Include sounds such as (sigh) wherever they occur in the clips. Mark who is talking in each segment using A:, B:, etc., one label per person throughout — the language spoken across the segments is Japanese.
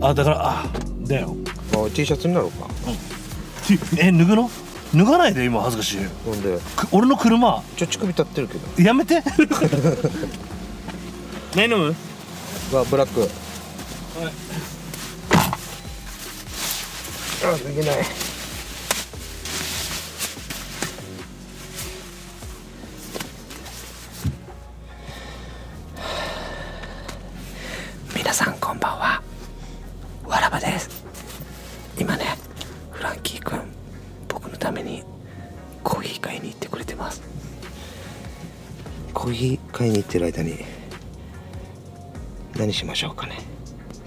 A: あだからあだよ
B: あ T シャツになろうか
A: ちえ脱ぐの脱がないで今恥ずかしい
B: ほんで
A: く俺の車
B: ちょ乳首立ってるけど (laughs)
A: やめて何飲む
B: うわブラックあ脱げない
C: 皆さんこんばんはわらばです今ねフランキーくん僕のためにコーヒー買いに行ってくれてます
B: コーヒー買いに行ってる間に何しましょうかね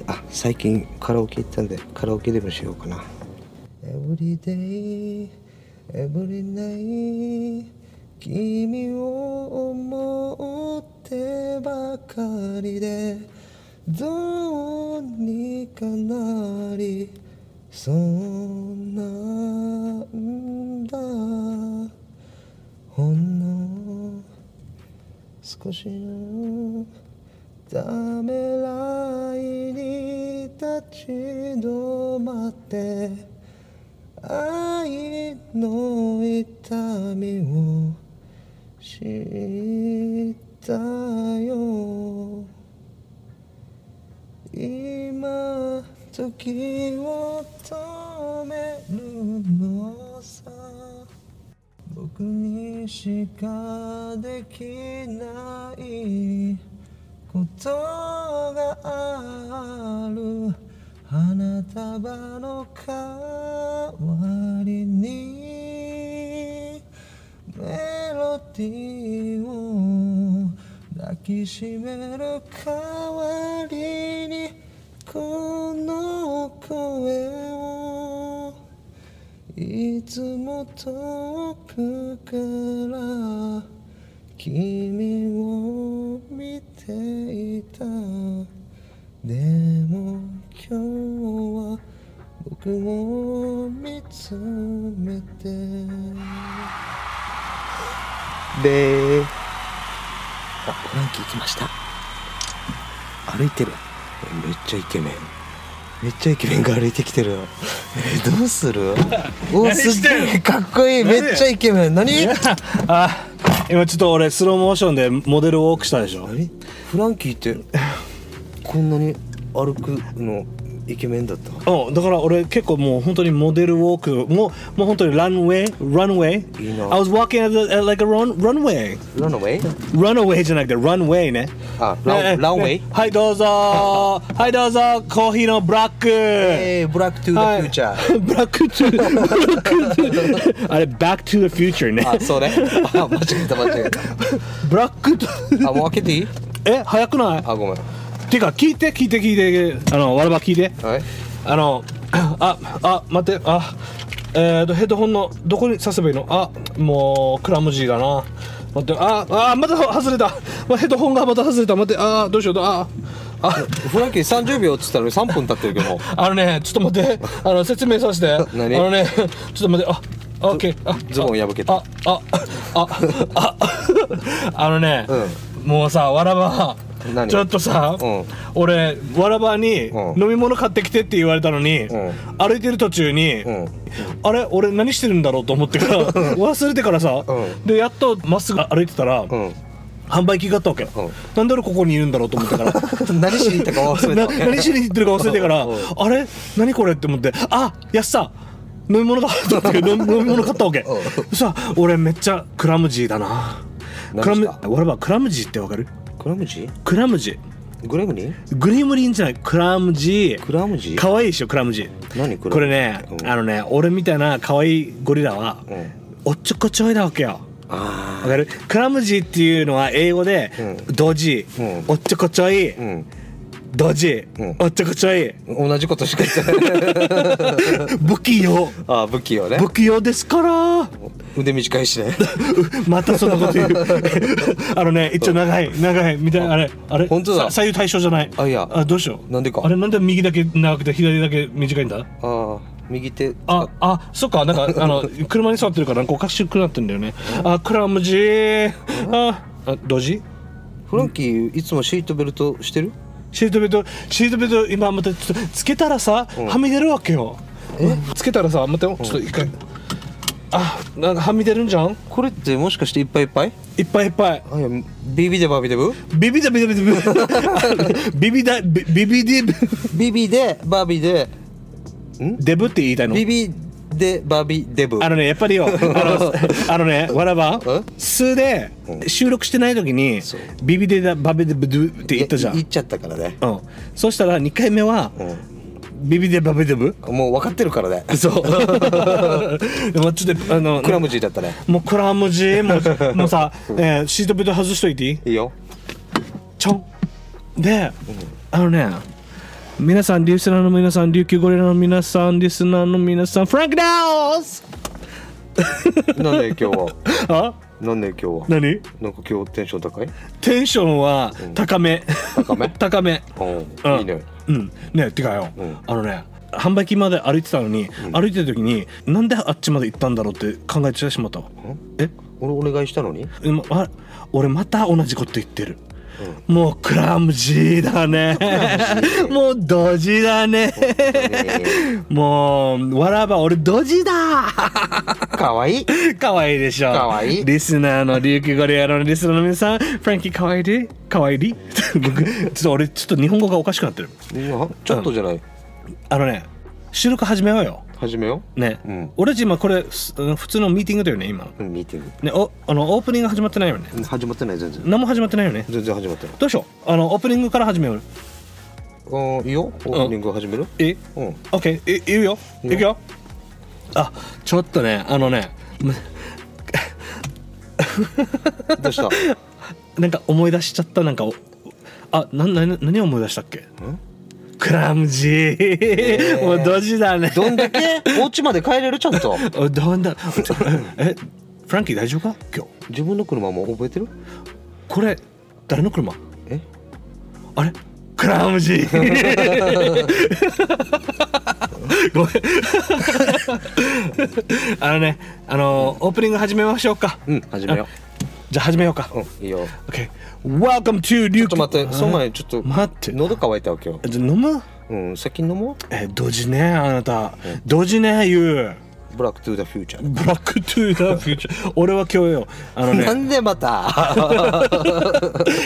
B: あ最近カラオケ行ったんでカラオケでもしようかな Everyday Every night 君を思ってばかりでどうにかなりそうなんだほんの少しのためらいに立ち止まって愛の痛みを知ったよ今時を止めるのさ僕にしかできないことがある花束の代わりにメロディーを抱きしめる代わりにこの声をいつも遠くから君を見ていたでも今日は僕を見つめてで
C: あフランキー来ました歩いてる
B: めっちゃイケメンめっちゃイケメンが歩いてきてるよえどうす (laughs) るお
A: 何
B: す
A: し
B: って
A: んの
B: げえかっこいいめっちゃイケメン何
A: あ今ちょっと俺スローモーションでモデルウォークしたでしょ
B: 何フランキーってこんなに歩くのイケメンだった
A: うん、だから俺結構もう本当にモデルウォークもうもう本当にランウェイランウェイ
B: いいな
A: I was walking at the, at like a run, runway
B: ランウェイ
A: runway じゃなくて runway ね
B: あランランウェイ
A: ねはいどうぞはいどうぞコーヒーのブラック、
B: えー、ブラックトゥーザフューチャ
A: (laughs)
B: ー
A: ブラック to ブラッ (laughs) ク to あれ back to the future ね
B: あそうねあ間違えた間違えた
A: ブラック (laughs) to
B: あもう開けていい
A: え早くない
B: あごめん
A: てか聞いて聞いて聞いてあのわらば聞いて
B: はい
A: あ (coughs) のああ待ってあえー、とヘッドホンのどこに刺せばいいのあもうクラムジーだな待ってああまた外れたまヘッドホンがまた外れた待ってあどうしようとああ
B: フランキー30秒っつったら3分経ってるけども
A: あのねちょっと待ってあの説明させてあ
B: 何
A: のねちょっと待ってあオッケーあ
B: ズボン破けた
A: ああああ (laughs) ああのね、もうさわらば
B: 何
A: ちょっとさ、
B: うん
A: 俺わらばに
B: うん
A: 飲み物買ってきてって言われたのに、
B: ん
A: 歩いてる途中に、
B: ん
A: あれ俺何してるんだろうと思ってから忘れてからさ、
B: うん
A: でやっとまっすぐ歩いてたら、
B: うん
A: 販売機があったわけ、
B: ん
A: なんで俺ここにいるんだろうと思ってから
B: (laughs) 何しに行ったか忘れた
A: な何しに行ってるか忘れてから
B: (laughs) うん
A: あれ何これって思ってあやっさ飲み物だと
B: (laughs)
A: 思って飲み飲み物買ったわけ
B: う
A: さ俺めっちゃクラムジーだな
B: 何
A: クラム
B: した
A: 俺はクラムジーってわかる
B: クラムジ
A: クラムジ
B: ーグレムリン
A: ーグリムリンじゃないクラムジ
B: ク
A: ー
B: ラムジー
A: かわいいでしょクラムジー
B: 何クラムジー
A: これね、
B: うん
A: あのね俺みたいなかわいいゴリラは、
B: うん
A: おっちょこちょいだわけよ
B: あ
A: わかるクラムジーっていうのは英語で、
B: う
A: ドジ、
B: うん
A: おっちょこちょい、
B: あうん
A: ドジ、
B: うん
A: おっちょこちょい、
B: 同じことしか言 (laughs) ってない (laughs)
A: 不器用、
B: ああ不器用ね
A: 不器用ですから。う
B: 腕短いしね
A: またそんなこと言
B: (laughs)
A: う。あのね、一応長い、長いみたいな、あれ、あれ、
B: 本当だ
A: さ左右対称じゃない。
B: あいや
A: あ、どうしよう。
B: なんでか
A: あれ、なんで右だけ長くて、左だけ短いんだ。
B: (laughs) ああ右手
A: あ、あ、そっか、なんか、あの、車に座ってるから、なんかおかしくなってんだよね。あ、クラムジー。あ、あドジ。
B: フランキーいつもシートベルトしてる
A: シートベルトシートベルト今またちょっとつけたらさ、はみ出るわけよつけたらさ待ってよちょっと一回、あなんかはみ出るんじゃん
B: これってもしかしていっぱいいっぱい
A: いっぱいいっぱい
B: あいやビビデバビデブ
A: ビビだビビだビビ
B: (laughs)
A: だビビだビビビデブ
B: ビビでバビで
A: デブって言いたいの
B: ビビでバビデブ
A: あのねやっぱりよあのあのねわらば
B: え
A: 素で収録してない時に
B: そう
A: ビビデだバビデブドゥって言ったじゃん
B: 言っちゃったからね
A: うんそしたら2回目はビビデバビデブ
B: もう分かってるから (laughs) ね
A: そう (laughs) でもちょっとあの
B: クラムジーだったね
A: もうクラムジーもうもうさ、えーシートベルト外しといていい
B: いいよ
A: ちょんで、あのね皆さんリスナーの皆さん琉球ゴリラの皆さんリスナーの皆さんフランクダウンス
B: なんで今日 (laughs) は
A: あ
B: なんで今日は
A: 何
B: なんか今日テンション高い
A: テンションは高め、
B: 高め
A: (laughs) 高め
B: う
A: うん
B: んいいね
A: うんねてかよ、
B: ん
A: あのね販売機まで歩いてたのに、歩いてる時になんであっちまで行ったんだろうって考えてしまったわえ
B: 俺お願いしたのに (laughs)
A: でもあ俺また同じこと言ってる、もうクラムジーだね (laughs) もうドジだねもうわらば俺ドジだ
B: かわいい
A: かわいいでしょ
B: かわいい
A: リスナーの琉球ゴリラのリスナーの皆さんフランキーかわいいでかわいい (laughs) で僕ちょっと俺ちょっと日本語がおかしくなってる
B: なちょっとじゃない
A: あのね収録始めようよ
B: 始めよ
A: ね、
B: うん
A: 俺たち今これす普通のミーティングだよね今の
B: ううん見てる
A: ねおあのオープニング始まってないよね
B: 始まってない全然
A: 何も始まってないよね
B: 全然始まってない
A: どうしようあのオープニングから始めよ
B: う
A: う
B: んいいよオープニング始める
A: え
B: うん
A: オッケーい言うよ
B: いいよ
A: いくよあちょっとねあのねむ
B: どうした
A: なんか思い出しちゃったなんかおあななな何を思い出したっけクラムジー、もうドジだね
B: (laughs) どんだけお家まで帰れるちゃんと
A: おど (laughs) んだえフランキー大丈夫か今日
B: 自分の車も覚えてる
A: これ誰の車
B: え
A: あれクラムジー (laughs) ごめん (laughs) あのねあのオープニング始めましょうか、
B: うん始めよ
A: じゃあ始めようか、
B: ううんいいよ
A: OK Welcome to
B: ちょ
A: 琉
B: っと待ってその前にちょっと
A: 待って
B: 喉乾いたわけよ
A: じゃあ飲む
B: うん先に飲も
A: えドジねあなたドジね言う
B: うブラックトゥーザフューチャー
A: ブラックトゥーダーフューチャー俺は今日よあの
B: な
A: ね
B: んでまた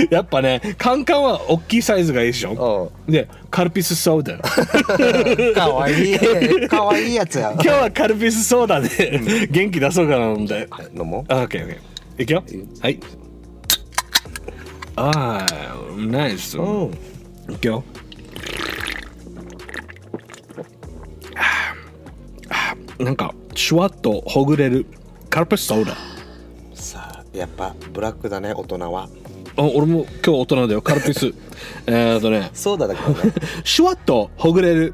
A: やっぱねカンカンは大きいサイズがいいでしょ
B: (laughs) おう
A: でカルピスソーダ
B: かわいいかわいいやつ (laughs) や
A: 今日はカルピスソーダで元気出そうかな飲んで
B: はい飲もう
A: あ OKOK いくよはいああナイス
B: うん
A: いくよあーあーなんかシュワッとほぐれるカルピスソーダ
B: さあやっぱブラックだね大人は
A: あ俺も今日大人だよカルピ (laughs) スえーっとね
B: そうだだけど (laughs) ね
A: シュワッとほぐれる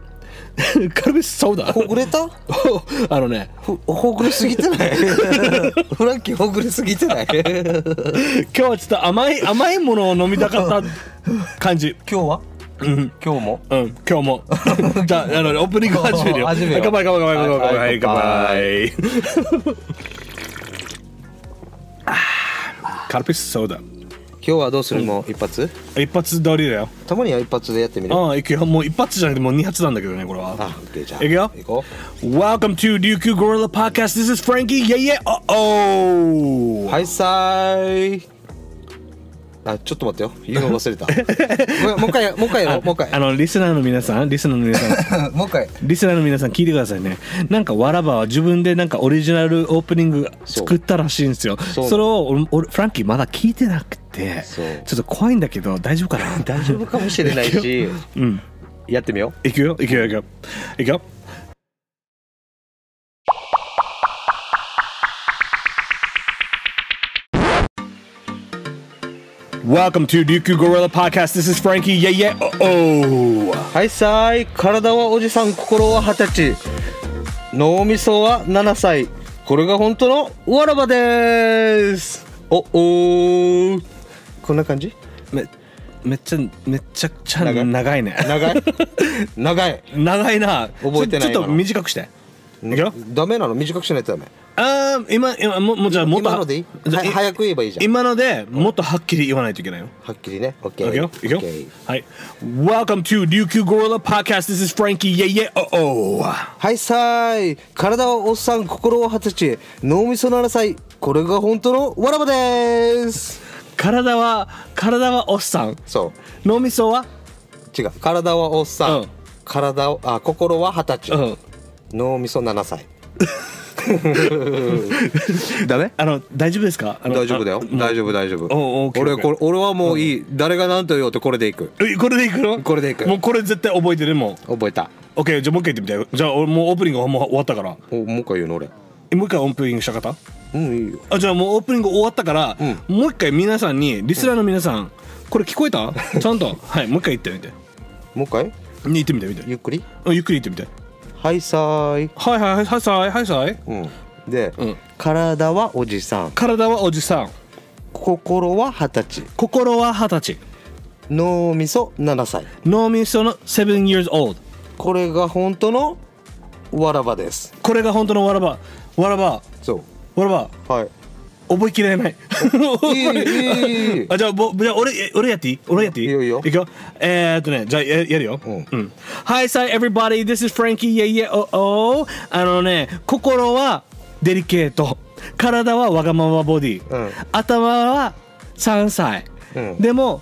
A: (laughs) カルピスソーダ
B: ほぐれた
A: あのね
B: ほほぐれすぎてない (laughs) フランキーほぐれすぎてない今
A: 今日はちょっと甘い甘いものを飲みたかった感じ
B: 日は
A: うん
B: (laughs) 今日も
A: うん、今日 (laughs) も。じゃあ、あの、オープニング (laughs) 始めるよ。
B: 始めよう
A: 乾杯、乾杯、乾杯、
B: は
A: 乾杯、
B: い
A: 乾杯。 (laughs) カルピスソーダ。
B: 今日はどうするもう一発
A: 一発通りだよ。
B: たまには一発でやってみる
A: ああ、いくよ。もう一発じゃなくて、もう二発なんだけどね、これは
B: あ。オッケーじゃあ
A: いくよ
B: 行こ
A: Welcome to Ryukyu Gorilla Podcast. This is Frankie. Yeah, yeah. Oh,
B: う
A: oh.
B: はいさーいあちょっと待ってよ言うの忘れた (laughs) ごめんもう一回やもう一回やろうもう一回
A: あの、リスナーの皆さん、リスナーの皆さん。 (laughs)
B: (laughs) もう一回
A: リスナーの皆さん聞いてくださいねなんかわらばは自分でなんかオリジナルオープニング作ったらしいんですよ
B: そ
A: そうれを俺俺フランキーまだ聞いてなくて
B: そう
A: ちょっと怖いんだけど大丈夫か
B: (laughs)
A: な
B: 大丈夫かもしれない (laughs) し
A: うん
B: やってみよ
A: いくよいくよいくよいくよWelcome to Ryukyu Gorilla Podcast. This is Frankie. Yeah, yeah. Oh, oh.
B: うはいさーい体はおじさん心は二十歳脳みそは7歳これが本当のわらばでーすおおーこんな感じ
A: めめっちゃめっちゃくちゃ長いね。 (laughs)
B: 長い長い
A: 長いな
B: 覚えてない
A: ちょちょ
B: 今
A: っ
B: の
A: と短くしていくよ
B: ダメなの短くしないとダメ
A: あー今今ももうじゃあもっと
B: 今のでいい
A: じゃあ
B: はい早く言えばいいじゃん
A: 今のでもっとはっきり言わないといけないよ
B: はっきりね OK
A: いくよいくよ
B: OK
A: はい Welcome to 琉球ゴリラ Podcast This is Frankie Yeah Yeah Oh Oh
B: はいさーい体はおっさん心は二十歳脳みそ7歳これが本当のわらばでーす
A: 体は体はおっさん
B: そ
A: 脳みそは
B: う違う体はおっさん、
A: うん
B: 体をあ心は二十歳、
A: うん
B: 脳みそ7歳 (laughs) ダメ
A: あの大丈夫ですかあの
B: 大丈夫だよ
A: あうん
B: 大丈夫大丈
A: おう
B: 夫
A: OK
B: 俺
A: OK
B: これ俺はもういい、誰が何と言おうとこれでいく
A: えこれでいくの
B: これでいく
A: もうこれ絶対覚えてるもん
B: 覚えた
A: OK じゃあもう一回言ってみてよじゃあ俺もうオープニングはもう終わったから
B: おもう一回言うの俺
A: えもう一回オープニングしたかった
B: うんいいよ
A: あじゃあもうオープニング終わったから、
B: う
A: もう一回皆さんにリスナーの皆さん、これ聞こえたちゃんとはいもう一回言ってみて
B: もう一回
A: 言ってみてみて
B: ゆっくり
A: うんゆっくり言ってみて
B: はいさーい
A: はいはいはいはいさいはいさい
B: うんで、
A: うん
B: 体はおじさん
A: 体はおじさん
B: 心は二十歳
A: 心は二十歳
B: 脳みそ7歳
A: 脳みその7 years old
B: これが本当のわらばです
A: これが本当のわらばわらば
B: そ
A: わらば
B: うはい
A: 覚えきれな
B: い
A: い
B: いいいいいいい
A: (laughs) あじゃあぼじゃあ俺え俺やっていい俺やっていい
B: いいよいいよ
A: いくよえー、っとねじゃあややるよ、
B: うん
A: うん、Hi s i everybody this is Frankie yeah yeah oh oh あのね心はデリケート体はわがままボディ、
B: うん
A: 頭は3歳、
B: うん
A: でも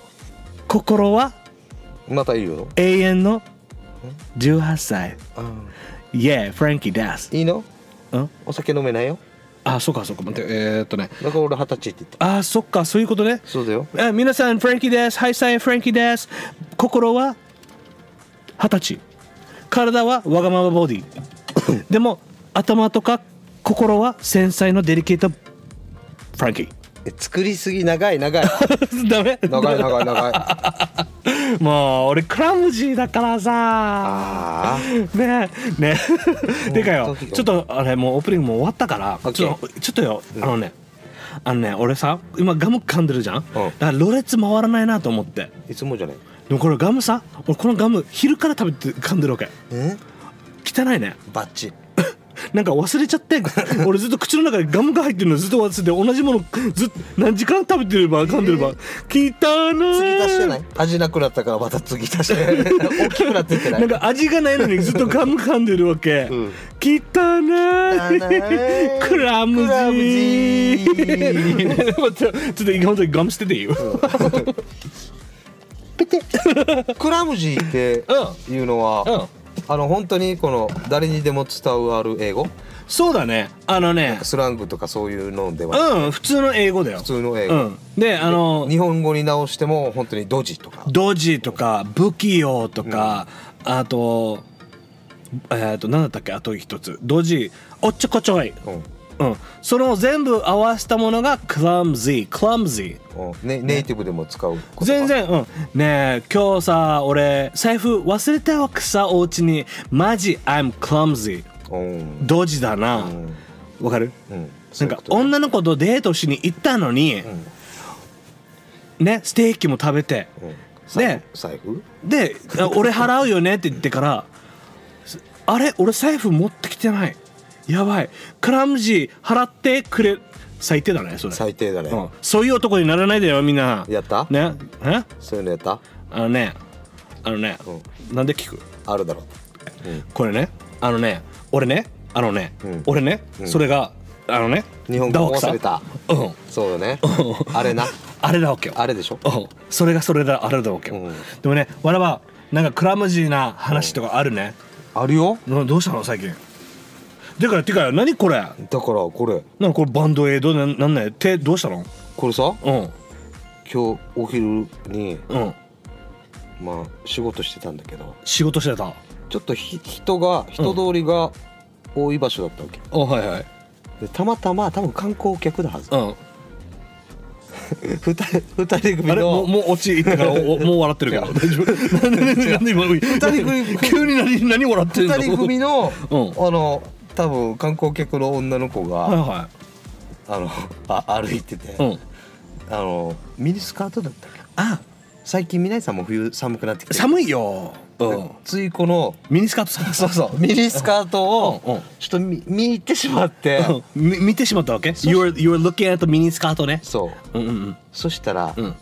A: 心は
B: また言うの
A: 永遠の18歳
B: あ
A: Yeah Frankie das
B: いいの
A: うん
B: お酒飲めないよ
A: あそっかそっか待ってえー、っとね
B: だから俺二十歳って言った
A: あそっかそういうことね
B: そうだよ
A: あ皆さん、フランキーです。ハイサイ、フランキーです。心は二十歳。体はわがまま (coughs) ボディ。でも、頭とか心は繊細のデリケート。フランキ
B: え作りすぎ長い (laughs) 長い
A: ー。 (laughs) ダメ
B: 長い長い長いあ
A: (laughs) もう、俺、クラムジーだからさ。
B: あ
A: ねえ、ねえ。でか
B: もう
A: よ
B: どうしよ、う
A: ちょっと、あれ、もうオープニングも終わったから、
B: OK
A: ちょっとちょっとよ、あのね、あのね、俺さ、今ガム噛んでるじゃん。だから、ろれつ回らないなと思って。
B: いつもじゃない
A: でもこれガムさ俺このガム昼から食べて噛んでるわけ
B: え
A: 汚いね
B: バッチ
A: なんか忘れちゃって俺ずっと口の中にガムが入ってるのずっと忘れて同じものずっと何時間食べてれば噛んでれば汚
B: 継ぎ足して
A: い
B: ない味なくなったからまた継ぎ足して (laughs) 大きくなってってな
A: なん
B: い
A: か味がないのにずっとガム噛んでるわけ、
B: ん
A: 汚いクラムジー (laughs) ちょっと本当にガムしてていいよ、
B: ペテクラムジーっていうのは、
A: うん
B: あの本当にこの誰にでも伝わる英語
A: そうだねあのね
B: スラングとかそういうのではなく
A: うん普通の英語だよ普
B: 普通の英
A: う
B: 語、
A: ん、であの
B: 日本語に直しても本当にドジとか
A: ドジとか不器用とか、あとえっ、と何だったっけあと一つドジおっちょこちょい、
B: うん
A: うん、その全部合わせたものが clumsy clumsy
B: うんね、ネイティブでも使う言葉
A: 全然うんねえ今日さ俺財布忘れたわくさお家にマジ I'm clumsy
B: うん
A: ドジだなわ、
B: ん
A: かる
B: うん
A: な
B: そ
A: ん
B: ういう
A: か
B: こと
A: 女の子とデートしに行ったのに、ねステーキも食べて、
B: うん
A: ね
B: 財布
A: であ「俺払うよね」って言ってからす「あれ俺財布持ってきてないやばいクラムジー払ってくれ」最低だねそれ、
B: 最低だね、
A: うん、そういう男にならないでよみんな
B: やった
A: ねえ
B: そういうのやった
A: あのねあのね、なんで聞く
B: あるだろ
A: これねあのね俺ねあのね、
B: ん
A: 俺ね、それがあのね
B: 日本語
A: だわくさ
B: 忘れた
A: うん
B: そうだねあれな
A: あれだわけよ
B: あれでしょ
A: うんそれがそれだあれだわけよ、
B: うん
A: でもねわらばなんかクラムジーな話とかあるね、
B: あるよ
A: などうしたの最近でからてか何これ
B: だからこれ
A: なんかこれバンドエイドななんない手どうしたの
B: これさ
A: うん
B: 今日お昼に
A: うん
B: まあ仕事してたんだけど
A: 仕事してた
B: ちょっとひ人が人通りが多い場所だったわけ、
A: あはいはい
B: でたまたま多分観光客だはず
A: うん
B: 二人二人組
A: あれも
B: の
A: うもう落ちいってからおおもう笑ってるけど大丈夫なんでなんで今
B: 人組
A: 急に何何笑ってる
B: 二
A: の
B: 人組の、
A: うん
B: あの多分観光客の女の子が、
A: はいは
B: あのあ歩いてて、
A: いうん
B: あのミニスカートだったっけ
A: あ
B: 最近皆さんも冬寒くなってきて
A: 寒いようん
B: ついこの
A: ミニスカートさ
B: そうそうミニスカート
A: うんうん
B: をちょっと見見入ってしまって
A: み見てしまったわけ you were, you were looking at the ミニスカートね
B: そう
A: うんうんうん
B: そしたら、
A: うん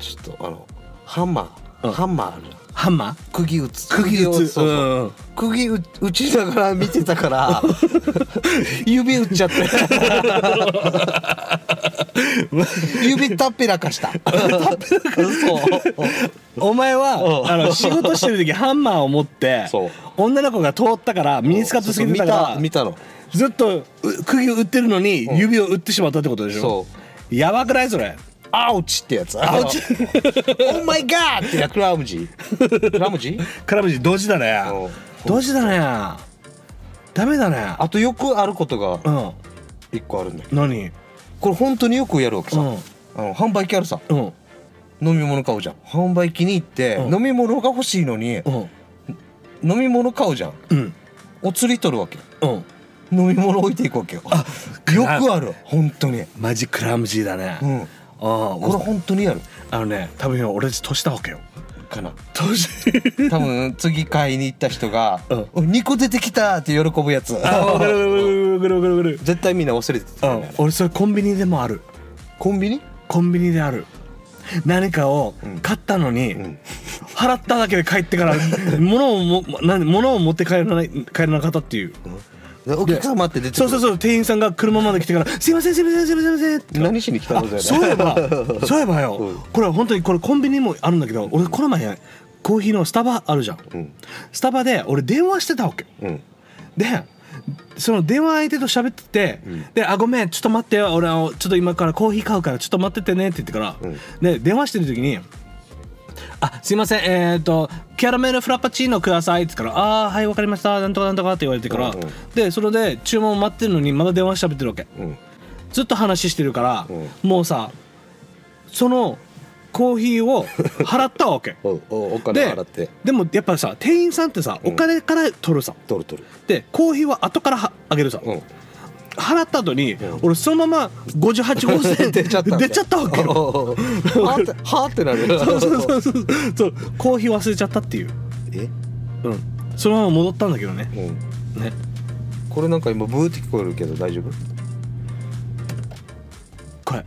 B: ちょっとあのハンマー、
A: うん
B: ハンマーある
A: ハンマー
B: 釘打つ
A: 釘打つ
B: をそうそう
A: うんうん
B: 釘打打ちながら見てたから (laughs) 指打っち (laughs) ゃって指たっぺらかしたたっぺらか (laughs) そう
A: お前
B: うん
A: はあの仕事してる時ハンマーを持って
B: そう
A: 女の子が通ったからミニスカートつけてたから
B: 見た見たの
A: ずっとう釘を打ってるのに
B: ん
A: 指を打ってしまったってことでしょ
B: そう
A: やばくないそれ
B: アウチってやつア
A: ウチ
B: (laughs) オーマイガーってやつラムジラムジ
A: クラムジ同時だね
B: うん
A: 同時だねダメだね
B: あとよくあることが
A: うん
B: 一個あるんだよ
A: 何
B: これ本当によくやるわけさ、
A: うん
B: あの販売機あるさ
A: うん
B: 飲み物買うじゃん販売機に行って、
A: うん
B: 飲み物が欲しいのに、
A: うん
B: 飲み物買うじゃん
A: うん
B: お釣り取るわけ
A: うん
B: 飲み物置いていくわけよよくある本当に
A: マジクラムジーだね
B: うん
A: ああ
B: これ
A: 俺
B: 本当にやる
A: あのね多分今俺たち年したわけよ
B: かな
A: 年
B: (laughs) 多分次買いに行った人が「
A: うん
B: お2個出てきた!」って喜ぶやつ
A: あわかるわかるわかるわかるわかるわかる
B: 絶対みんな忘れて
A: う
B: たよね
A: ん俺それコンビニでもある
B: コンビニ
A: コンビニである何かを
B: うん
A: 買ったのに、
B: ん
A: 払っただけで帰ってから物をも何物を持って帰らない帰らなかったっていう
B: でお客様って出てく
A: そ
B: る
A: うそうそう店員さんが車まで来てから「すいませんすいませんすいませんすいません」って
B: 何しに来たのだよね
A: そういえ
B: (laughs)
A: ばそういえばよ、
B: うん
A: これは本当にこれコンビニもあるんだけど俺この前コーヒーのスタバあるじゃん、
B: ん
A: スタバで俺電話してたわけ
B: うん
A: でその電話相手と喋ってて「であごめんちょっと待ってよ俺はちょっと今からコーヒー買うからちょっと待っててね」って言ってから、
B: ん
A: で電話してる時に「あすいませんえっ、とキャラメルフラッパチーノください」って言ったら「ああーはいわかりましたなんとかなんとか」って言われてか
B: う
A: ら、
B: んうん
A: でそれで注文待ってるのにまだ電話して喋ってるわけ
B: うん
A: ずっと話してるから、
B: う
A: もうさそのコーヒ
B: (laughs)
A: ーを払ったわけ
B: おおお金
A: で
B: 払って
A: でもやっぱさ店員さんってさお金から取るさ、
B: 取る取る
A: でコーヒーは後からはあげるさ、
B: うん
A: 払った後に、
B: ん
A: 俺そのまま58号
B: (laughs)
A: 線
B: 出ちゃったんだ
A: 出ちゃったわけよ
B: おうおうはーってはーってなる
A: (laughs) そうそうそうそうそうコーヒー忘れちゃったっていう
B: え
A: うんそのまま戻ったんだけどね
B: うん
A: ね
B: これなんか今ブーって聞こえるけど大丈夫
A: これ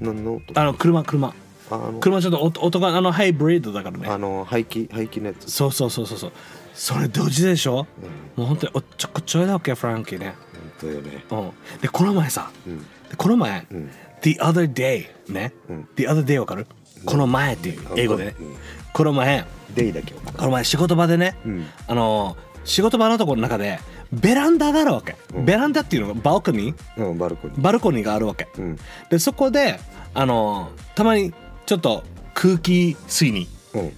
B: 何の音
A: あの車車
B: あの
A: 車ちょっと音音があのハイブリッドだから
B: あ
A: ね
B: の排気排気のやつ
A: そうそうそうそうそうそれ同時でしょ、もう本当におっちょこちょいだわけよフランキーね
B: 本当よね
A: うんでこの前さ、
B: うん
A: でこの前、
B: うん
A: The other day ね、
B: うん
A: The other day わかる、この前っていう英語でね、
B: うん
A: この前
B: デイだけを
A: この前仕事場でね、
B: うん
A: あの仕事場のところの中でベランダがあるわけ、
B: ん
A: ベランダっていうのがバルコニー
B: うんバルコニー
A: バルコニーがあるわけ、
B: うん
A: でそこであのたまにちょっと空気
B: (laughs)
A: 水に
B: うん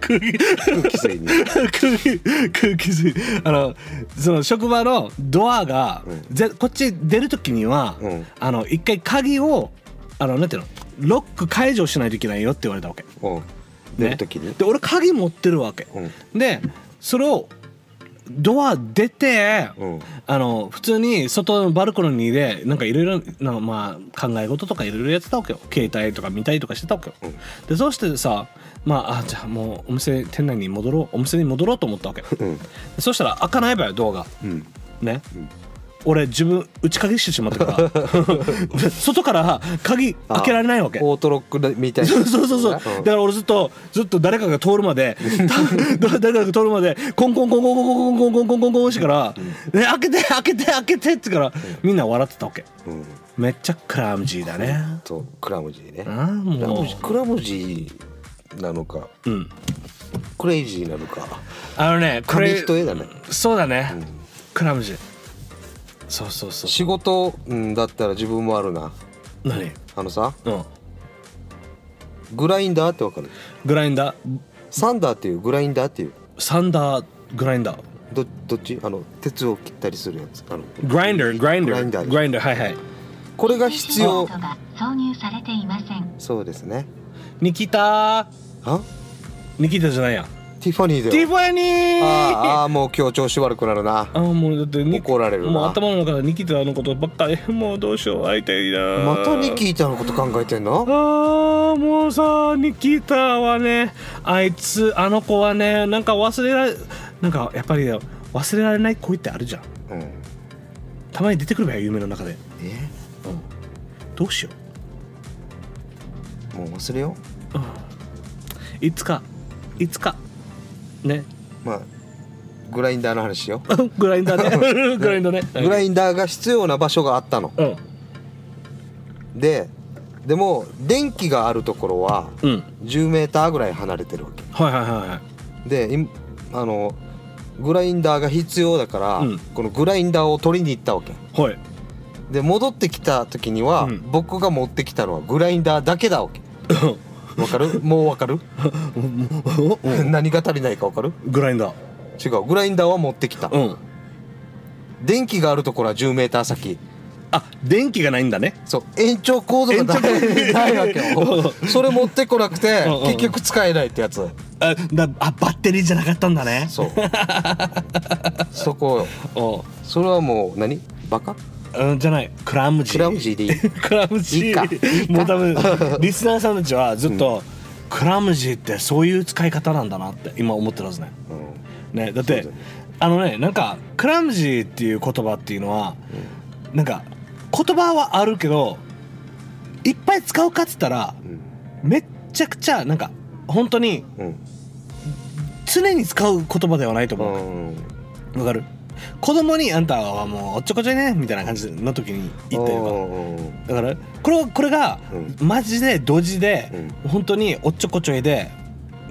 A: 空気
B: 空気水に
A: 空気空気水あのその職場のドアが、
B: うん
A: ぜこっち出る時には、
B: うん
A: あの一回鍵をあのなんていうのロック解除しないといけないよって言われたわけ、
B: うん
A: ね
B: 出る時に
A: で俺鍵持ってるわけ、
B: う
A: でそれをドア出て、
B: うん
A: あの普通に外のバルコニーでなんかいろいろなまあ考え事とかいろいろやってたわけよ携帯とか見たりとかしてたわけよ、
B: うん
A: でそうしてさまああじゃあもうお店店内に戻ろうお店に戻ろうと思ったわけ
B: うん
A: そしたら開かないばよドアが
B: うん
A: ね、俺自分打ち鍵してしまっ
B: (laughs)
A: たから外から鍵開けられないわけ
B: オートロックだみたいな
A: そうそうそうそうだ
B: ん
A: から俺ずっとずっと誰かが通るまで誰かが通るまでコンコンコンコンコンコンコンコンコンコンコンしてから「ね開けて開けて開けて」って言うからみんな笑ってたわけ
B: うん
A: めっちゃクラムジーだね
B: とクラムジーね
A: ああ
B: クラ
A: も
B: ムジークラムジーなのか
A: ううん
B: クレイジーなのか
A: あのねこ
B: 紙
A: れ
B: 一重だね
A: そうだねクラムジーそうそうそう
B: 仕事うんだったら自分もあるな
A: 何
B: あのさ
A: うん
B: グラインダーってわかる
A: グラインダー
B: サンダーっていうグラインダーっていう
A: サンダーグラインダー
B: どどっちあの鉄を切ったりするやつあの
A: グラインダーグラインダ
B: グラインダ
A: ー
B: ー
A: グラインダーはいはい
B: これが必要
D: キーボードが挿入されていません
B: そうですね
A: ニキタ
B: あ
A: ニキタじゃないや
B: ティファニーだ
A: ティ
B: よ
A: ファニー
B: あーあーもう今日調子悪くなるな
A: あーもうだってニ
B: 怒られるな
A: もう頭の中でニキタのことばっかり (laughs) もうどうしよう会いたいな
B: またニキータのこと考えてんの
A: ああもうさニキータはねあいつあの子はねなんか忘れられなんかやっぱりよ忘れられない恋ってあるじゃん
B: うん
A: たまに出てくるわよ夢の中で
B: え
A: どうしよ
B: もう忘れよ
A: う、うん、いつかいつかね (laughs)
B: うまあグラインダーの話しよ
A: グラインダー (laughs) ねグラインダーね
B: うグラ
A: イ
B: インダーが必要な場所があったの
A: うん
B: ででも電気があるところは
A: うん
B: 10メーターぐらい離れてるわけ
A: はいはいはいはい
B: でいあのグラインダーが必要だから、
A: うん
B: このグラインダーを取りに行ったわけ
A: はい
B: で戻ってきた時には、
A: うん
B: 僕が持ってきたのはグラインダーだけだ
A: (laughs)
B: わけわかるもうわかる (laughs) 何が足りないかわかる
A: グラインダー
B: 違うグラインダーは持ってきた、
A: うん
B: 電気があるところは 10m 先
A: あ電気がないんだね
B: そう延長コードがないない (laughs) わけ
A: (laughs)
B: よそれ持ってこなくて
A: うんうん
B: 結局使えないってやつ
A: あだあバッテリーじゃなかったんだね (laughs)
B: そうそこよ
A: おう
B: それはもう何バカ
A: うんじゃないクラム
B: ク
A: ジー
B: ラムジーでいい
A: (laughs) クラムジ
B: いいか
A: ーもう多分 (laughs) リスナーさんたちはずっと、クラムジーってそういう使い方なんだなって今思ってるはずねねだって
B: そうだね
A: あのねなんかクラムジーっていう言葉っていうのは、なんか言葉はあるけどいっぱい使うかっつったら
B: うん
A: めっちゃくちゃなんか本当に
B: うん
A: 常に使う言葉ではないと
B: う
A: 思う、
B: ん、うん、
A: わかる子供に「あんたはもうおっちょこちょいね」みたいな感じの時に言ったよ
B: うんうん
A: だからこれはこれが
B: う
A: マジでドジで、本当におっちょこちょいで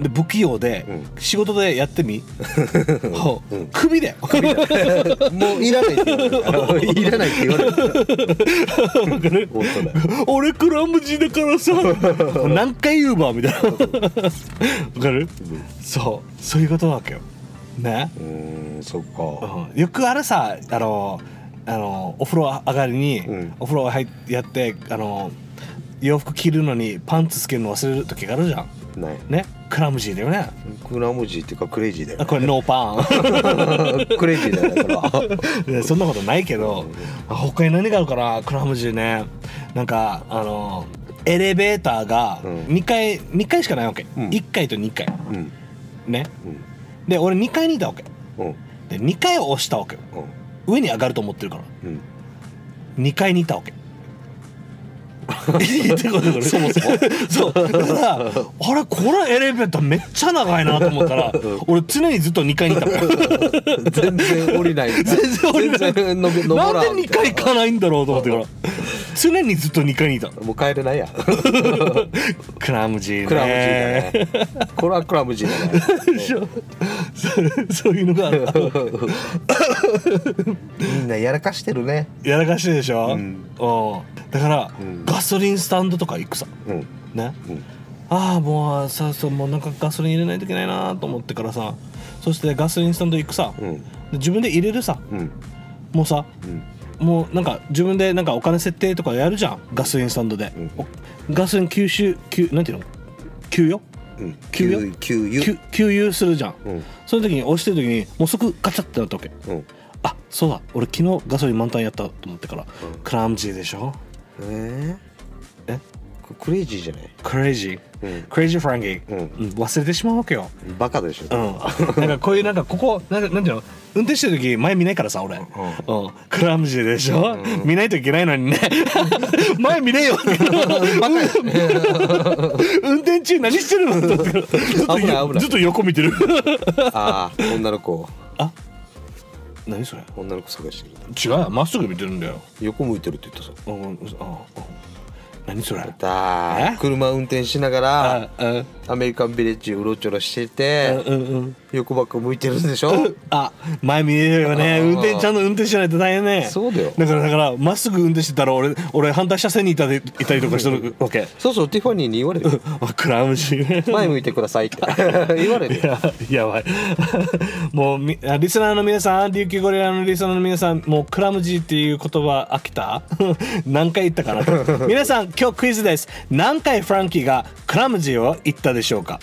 A: で不器用で、
B: う
A: 仕事でやってみ、ほう
B: うん
A: 首だよ
B: もういらないって言われるいらないって言われる (laughs) 本当だよ
A: (laughs) 俺クラムジーだからさ何回言うばみたいなわかる、そうそういうことなわけよね、
B: うーんそっか
A: うんよくあるさあのあのお風呂上がりに、
B: うん
A: お風呂入っやってあの洋服着るのにパンツつけるの忘れる時があるじゃん
B: ない
A: ねクラムジーだよね
B: クラムジーっていうかクレイジーだ
A: あこれノーパ
B: (laughs) よ (laughs) クレイジーだよだから
A: ンねそんなことないけどあ他に何があるかなクラムジーねなんかあのエレベーターが
B: うん
A: 2階、二階しかないわけ、
B: うん
A: 1階と2階
B: うん
A: ね
B: うん
A: で俺2階にいたわけ
B: うん
A: で2階を押したわけよ上に上がると思ってるから
B: うん
A: 2階にいたわけ。
B: (laughs)
A: そもそもそうだからあれこれエレベーターめっちゃ長いなと思ったら俺常にずっと2階にいたもん
B: うん全然降りない (laughs) 全
A: 全然俺
B: 全然の登らん
A: なんで2階行かないんだろうと思って
B: (laughs)
A: から常にずっと2階にいた
B: もう帰れないやク
A: クラムジーね
B: ラムジーだね (laughs) これはクラムジーだね
A: でしょそうそういうのがある
B: みんなやらかしてるね
A: やらかしいでしょ、う
B: うんん、
A: だから、
B: うん
A: ガソリンスタンドとか行くさ
B: うん
A: ね、
B: うん
A: ああもうさそうもうなんかガソリン入れないといけないなと思ってからさそしてガソリンスタンド行くさ、
B: うん
A: で自分で入れるさ
B: うん
A: もうさ
B: うん
A: もうなんか自分でなんかお金設定とかやるじゃんガソリンスタンドで、
B: うん
A: おガソリン吸収給なんていうの給与
B: うん
A: 給油
B: 給油
A: 給給油するじゃん、
B: うん
A: その時に押してる時にもう即ガチャってなったわけ
B: うん
A: あそうだ俺昨日ガソリン満タンやったと思ってから、クラムジーでしょ
B: え
A: え
B: ークレイジーじゃない
A: クレイジー、
B: うん
A: クレイジーフランキー、
B: うん
A: うん忘れてしまうわけよ、
B: バカでしょ
A: うん、なんかこういうなんかここなんかなんていうの運転してる時前見ないからさ俺、うんクラムジーでしょ、見ないといけないのにね (laughs) 前見ねえよ (laughs)
B: バカや
A: 運転中何してるのずっとずっと
B: 危ない危ない
A: ずっと横見てる
B: ああ女の子
A: あ (laughs) 何それ
B: 女の子探してる
A: 違うよまっすぐ見てるんだよ
B: 横向いてるって言ったさ
A: あああ何それあ
B: だ
A: え
B: ー車運転しながら
A: あ
B: アメリカンビレッジうろちょろして
A: う
B: て
A: んうんうん
B: 横ばっか向いてるんでしょ
A: あ前見えるよね
B: あー
A: 運転ちゃんと運転しないと大変ね
B: そうだよ
A: だからだからまっすぐ運転してたら俺俺反対車線にいたりいたりとかしてるわ (laughs) け
B: そうそうティファニーに言われる
A: あクラムジーね
B: 前向いてくださいって (laughs) 言われる
A: いやや (laughs) ばいもうみあリスナーの皆さん琉球ゴリラのリスナーの皆さんもうクラムジーっていう言葉飽きた (laughs) 何回言ったかな (laughs) 皆さん今日クイズです何回フランキーがクラムジーを言ったでしょうか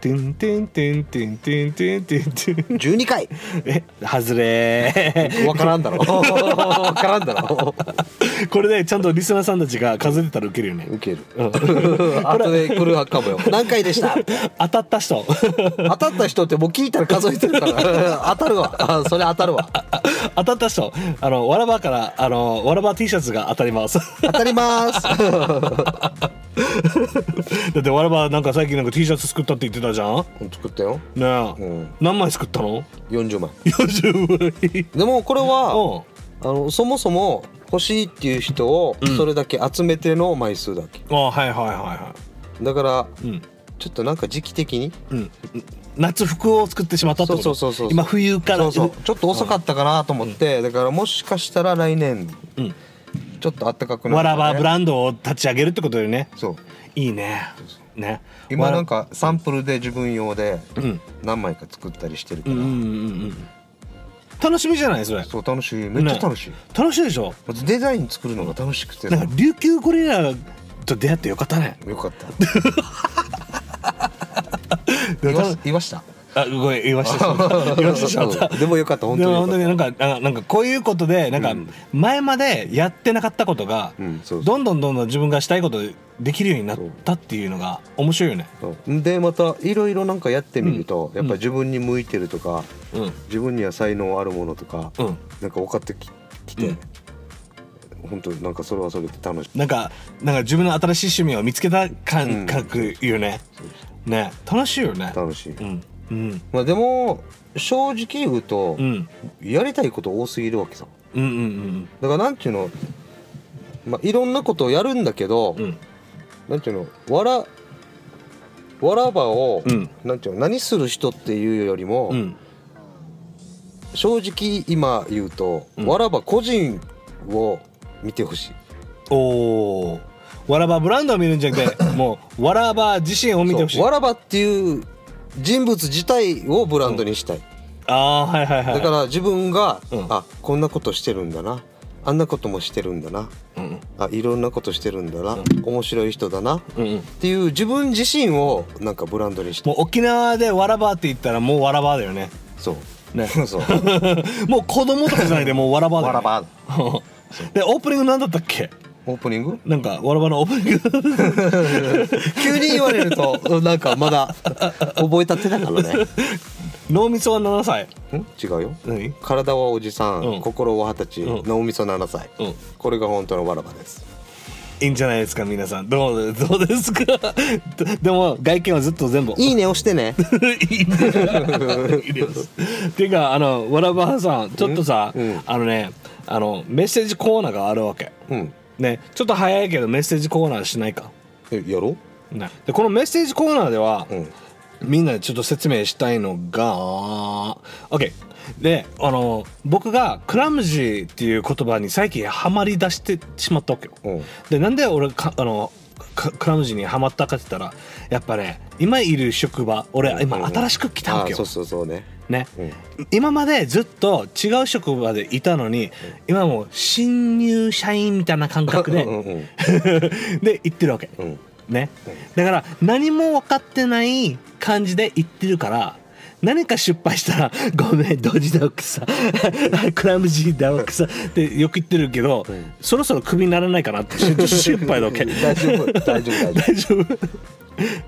A: てんてんてんてんてんてんてんてん
B: 12回
A: え外れー
B: わからんだろ (laughs) わからんだろ
A: これねちゃんとリスナー (laughs) さんたちが数えてたらウケるよね
B: (laughs) ウケる (laughs)
A: うん
B: あとで来るかもよ何回でした
A: 当たった人 (laughs)
B: 当たった人ってもう聞いたら数えてるから当たる (laughs) わあそれ当たるわ
A: 当たった人あのわらばからあのわらば T シャツが当たります
B: 当たります (laughs)
A: (laughs) だってわらばなんか最近なんか T シャツ作ったって言ってたじゃん
B: 作ったよ
A: ねえ、
B: うん
A: 何枚作っ
B: (laughs)
A: たの
B: 40枚
A: ?40 枚
B: でもこれは
A: うん
B: あのそもそも欲しいっていう人を
A: うん
B: それだけ集めての枚数だけ、
A: あはいはいはいは
B: だから
A: いうん
B: ちょっとなんか時期的に
A: うん夏服を作ってしまったってこと
B: そうそうそうそう
A: 今冬から
B: そうそうちょっと遅かったかなと思って、だからもしかしたら来年
A: うん
B: ちょっと暖かくな
A: わ
B: るから
A: ば
B: ね
A: ブランドを立ち上げるってことよね
B: そう
A: いいねね
B: 今なん
A: か
B: かサンプルで自分用で
A: うん
B: 何枚か作ったりしてるか
A: う
B: ら、
A: んうんうんうん楽しみじゃないそれ
B: そう楽しいめっちゃ楽しい、
A: 楽しいでしょ
B: まずデザイン作るのが楽しくて
A: なん
B: さ
A: か琉球ゴリラと出会ってよかったね
B: よかった言わ言いました
A: あごめん言わして
B: (laughs)
A: しまった言わしてしまった
B: うんでもよかった本
A: で
B: 当に
A: も
B: よか
A: 本
B: った
A: 当になんかあなんかこういうことでなんか
B: うん
A: 前までやってなかったことが
B: うんそうそう
A: どんどんどんどん自分がしたいことできるようになったっていうのが面白いよね。
B: そうでまたいろいろなんかやってみると、
A: うん
B: やっぱ自分に向いてるとか
A: うん
B: 自分には才能あるものとか、
A: うん
B: なんか分かってききて、本当になんかそれはそれで楽しい
A: なんかなんか自分の新しい趣味を見つけた
B: う
A: 感
B: ん
A: 覚よね。ね楽しいよね。
B: 楽しい、
A: うんうん
B: まあでも正直言うと、
A: うん
B: やりたいこと多すぎるわけさ
A: うんうん
B: だからなんていうの、まあ、いろんなことをやるんだけど、
A: うんうん
B: なんていうのわらわらばを、
A: うん
B: なんていうの何する人っていうよりも、
A: うん
B: 正直今言うと、
A: うん
B: わらば個人を見てほしい
A: おおわらばブランドを見るんじゃなくてもうわらば自身を見てほしい
B: そう。わらばっていう人物自体をブランドにしたい、
A: ああーはいはいはい。
B: だから自分が、
A: うん
B: あこんなことしてるんだなあんなこともしてるんだな
A: うんうん
B: あいろんなことしてるんだな、面白い人だなっ
A: うんうん。
B: ていう自分自身をなんかブランドにしたい
A: もう沖縄でわらばって言ったらもうわらばだよね (laughs)
B: そう、(laughs)
A: ね (laughs)
B: そう
A: もう子供とかじゃないでもうわらばだ
B: わ
A: よ、ね、
B: らば
A: (laughs) でオープニングなんだったっけ
B: オープニング
A: なんかわらばのオープニング (laughs)
B: 急に言われるとなんかまだ覚えたてだからね
A: 脳みそは7歳
B: ん違 (laughs) うよ
A: 何
B: 体はおじさん、
A: うん
B: 心は二十歳、
A: うん
B: 脳みそ7歳、
A: うん
B: これが本当のわらばです
A: いいんじゃないですか皆さんどうどうですか (laughs) でも外見はずっと全部
B: いいね押してね
A: (laughs) いいねいいですっていうかあのわらばさんちょっとさ、
B: うん
A: あのねあのメッセージコーナーがあるわけ
B: うん
A: ねちょっと早いけどメッセージコーナーしないか
B: えやろ
A: ね、でこのメッセージコーナーでは、
B: うん
A: みんなでちょっと説明したいのが OK であの僕がクラムジーっていう言葉に最近ハマり出してしまったわけよ、
B: うん
A: でなんで俺かあのかクラムジーにハマったかって言ったらやっぱね今いる職場俺今
B: うん
A: 新しく来たわ
B: あ
A: けよ、
B: そうそうそうね
A: ね、
B: うん
A: 今までずっと違う職場でいたのに、今もう新入社員みたいな感覚で
B: うんうん、
A: (laughs) で行ってるわけ、
B: うん、
A: ね、だから何も分かってない感じで言ってるから何か失敗したら (laughs) 「ごめんドジだわくさ (laughs) クラムジーだわくさ」ってよく言ってるけど、
B: ん
A: そろそろクビにならないかなって心心配だわ
B: (laughs)
A: け
B: 大丈夫大丈
A: (laughs)
B: 夫大丈
A: 大丈夫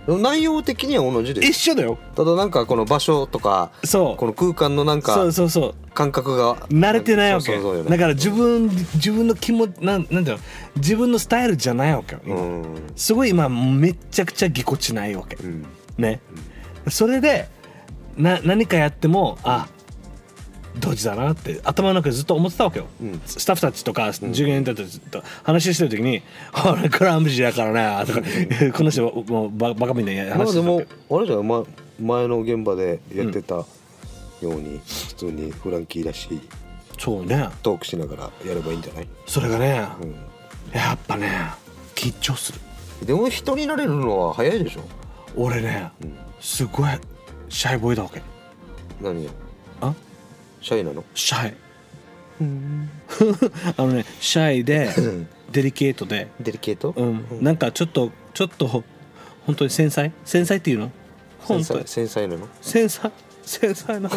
B: 夫内容的には同じで
A: 一
B: す
A: 緒だよ
B: ただなんかこの場所とか
A: そう
B: この空間のなん
A: そ
B: か
A: うそうそう
B: 感覚が
A: 慣れてないわけ
B: そうそうそうよね
A: だから自分自分の気持ちなんなんだろう自分のスタイルじゃないわけよ、
B: う
A: 今
B: んうん
A: すごい今めっちゃくちゃぎこちないわけ、
B: うん
A: ね、それでな何かやってもあドジだなって頭の中でずっと思ってたわけよ、
B: うん
A: スタッフたちとか従業員たちと話してる時に (laughs) 「俺クラムジーだからね」とか (laughs) 「この人もうババカみたいな
B: ま
A: 話
B: あ
A: して
B: で
A: たわ
B: も
A: け
B: あれじゃん、ま、前の現場でやってたように普通にフランキーらしい
A: そうね
B: トークしながらやればいいんじゃない、
A: それがね、
B: う
A: やっぱね緊張する
B: ん、でも人になれるのは早いでしょ
A: 俺ね、すごいシャイボーイだわけ
B: 何よ
A: あ
B: シャイなの
A: シャイあのねシャイでデリケートで
B: デリケート、
A: うん、なんかちょっとちょっとほ本当に繊細繊細っていうの本当
B: 繊
A: に
B: 細繊細なの
A: 繊細繊細な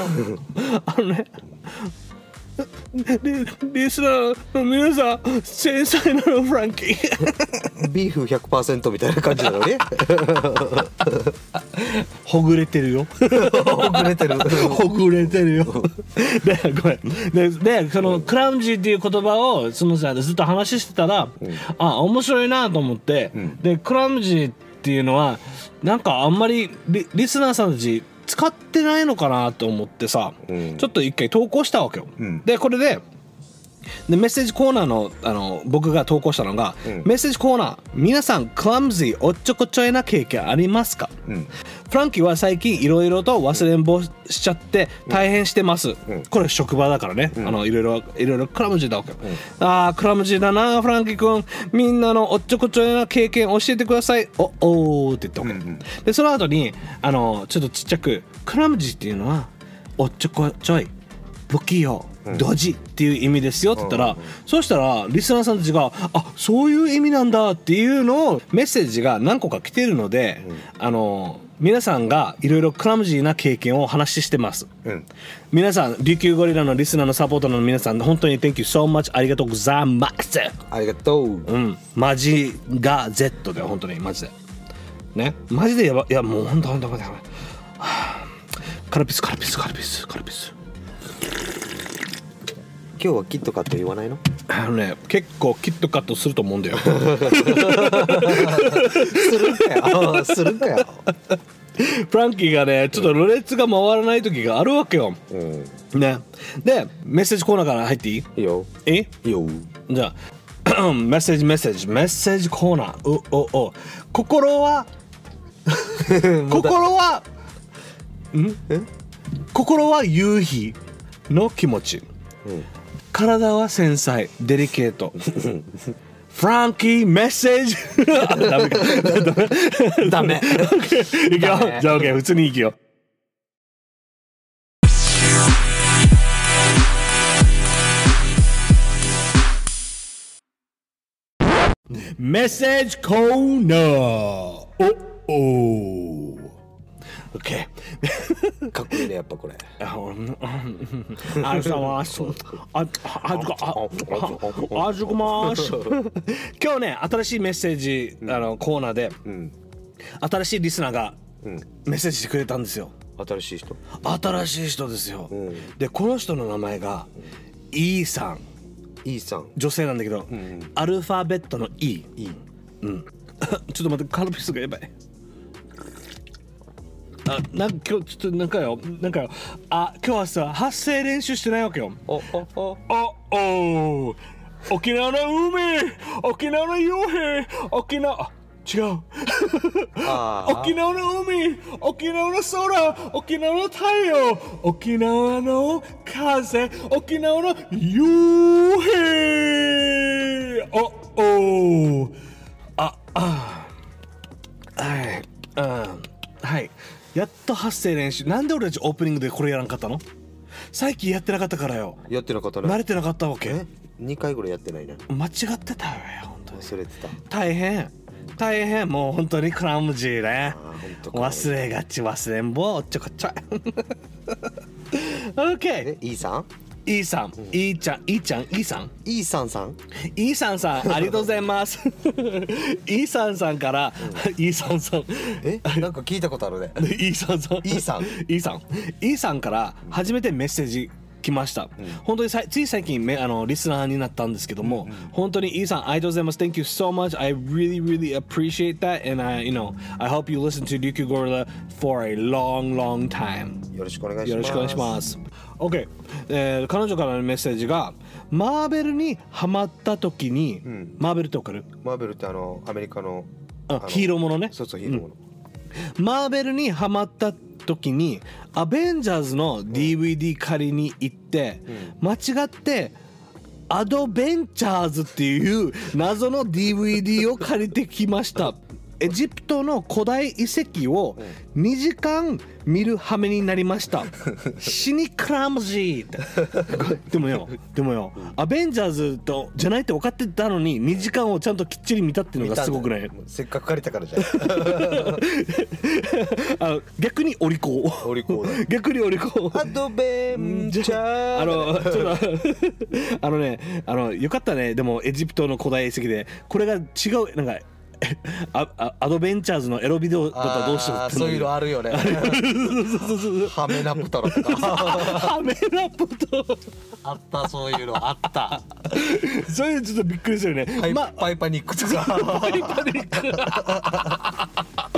A: あのねリリスナーの皆さん繊細なのフランキー
B: ビーフ100%みたいな感じな (laughs) のね
A: ほぐれてるよ
B: 遅れてる
A: (laughs) ほぐれてるよでごめんででそのクラウンジーっていう言葉をそのさずっと話してたら、あ面白いなと思って、でクラウンジーっていうのはなんかあんまりリリスナーさんたち使ってないのかなと思ってさ、
B: うん
A: ちょっと一回投稿したわけよ、
B: うん
A: でこれででメッセージコーナーのあの僕が投稿したのが、
B: ん
A: メッセージコーナー皆さんクラムジーおっちょこちょいな経験ありますか、
B: うん
A: フランキーは最近いろいろと忘れんぼしちゃって大変してます、
B: ん
A: これ職場だからね、あのいろいろいろいろクラムジーだわけよ、あークラムジーだなフランキー君みんなのおっちょこちょいな経験教えてくださいおおーって言ったわけ、
B: うんうん
A: でその後にあのちょっとちっちゃくクラムジーっていうのはおっちょこちょい不器用ドジっていう意味ですよって言ったら、そうしたらリスナーさんたちが「あそういう意味なんだ」っていうのをメッセージが何個か来てるので、あの皆さんがいろいろクラムジーな経験をお話ししてます。
B: うん
A: 皆さん琉球ゴリラのリスナーのサポーターの皆さん本当に Thank you so much ありがとうございます
B: ありがとう
A: うんマジが Z だよ本当にマジでねマジでやばいやもう本当本当本当 (sighs) 本当はぁカルピスカルピスカルピスカルピス
B: 今日はキットカット言わないの
A: あのね結構キットカットすると思 (laughs) うんだよ
B: するんかよするんかよ
A: フランキーがねちょっとろれつが回らない時があるわけよ
B: うん
A: ねでメッセージコーナーから入っていい
B: いいよ
A: え
B: いいよ
A: じゃあ (clears throat) メッセージメッセージメッセージコーナーうおお
B: (laughs)
A: 心は心は
B: え
A: 心は夕日の気持ち
B: うん
A: 体は繊細デリケー
B: (laughs)
A: トフランキーメッセージ
B: (laughs)
A: あダメかダメ
B: ダ (laughs) メ
A: (laughs) いくよじゃあ OK 普通にいくよメッセージコーナーおお OK
B: かっこいいねやっぱこれ
A: あうんうんありがとうございます。あ、ああずか、あ、ああずくまーす。今日ね、新しいメッセージ、あのコーナーで、
B: うん
A: 新しいリスナーが
B: うん
A: メッセージしてくれたんですよ。
B: 新しい人
A: 新しい人ですよ。
B: ん
A: で、この人の名前が、E さん、
B: イーさん
A: 女性なんだけど、アルファベットの E。
B: いい
A: うん。ちょっと待って、カルピスがやばい。あ、なんか今日ちょっとなんかよ、なんかよ、あ、今日はさ、発声練習してないわけよ。
B: おおお
A: おお沖縄の海沖縄の夕日沖縄あ違う
B: あー
A: 沖縄の海沖縄の空沖縄の太陽沖縄の風沖縄の夕日おおああはいうんはいやっと発声練習なんで俺たちオープニングでこれやらんかったの最近やってなかったからよ
B: やってなかった
A: 慣
B: ね
A: れてなかったわけ
B: 二回ぐらいやってないね
A: 間違ってたよ本当に
B: 忘れてた
A: 大変大変もう本当にクラムジーね
B: あーほんとかわいい
A: 忘れがち忘れんぼおっちょこちょい
B: え
A: (laughs) OK
B: イーさん
A: イーさんイーちゃんイーちゃんイーさん
B: イーさんさん
A: イーさんさんありがとうございます (laughs) イーさんさんからイーさんさん
B: えなんか聞いたことあるね
A: イーさんさん。イ
B: ーさん
A: イーさん。イーさんから初めてメッセージ来ました。本当にさいつい最近めあのリスナーになったんですけども、本当にイーさんありがとうございます。Thank you so much. I really really appreciate that and I you know I hope you listen to Ryukyu Gorilla for a long long time.
B: よろしくお願いします
A: よろしくお願いします。OK、えー彼女からのメッセージがマーベルにハマった時に、マーベルってわかる？
B: マーベルってあのアメリカの
A: あ
B: あの
A: ヒーローものね。
B: そうそうヒーローもの
A: マーベルにハマった時に「アベンジャーズ」の DVD 借りに行って、間違って「アドベンチャーズ」っていう謎の DVD を借りてきましたエジプトの古代遺跡を2時間見る羽目になりました死にクラムジーってでもよでもよ、アベンジャーズとじゃないって分かってたのに2時間をちゃんときっちり見たっていうのがすごくない
B: もうせっかく借りたからじ
A: (laughs)
B: ゃん
A: あ逆にお利口
B: お利口だ
A: 逆にお利口
B: アドベンチャー
A: あの、ちょっ
B: (laughs)
A: と、あのね、あの、よかったね。でも、エジプトの古代遺跡で、これが違う、なんか、ああアドベンチャーズのエロビデオだったらどうしよう
B: あ
A: っ
B: ー
A: て
B: そういうの
A: は
B: あるよねハメナプトロとか (laughs)
A: めラポと
B: あったそういうのあった
A: (laughs) そういうのちょっとびっくりするよ
B: パ
A: ね
B: イ,、
A: ま
B: パイパニックとか
A: パニッ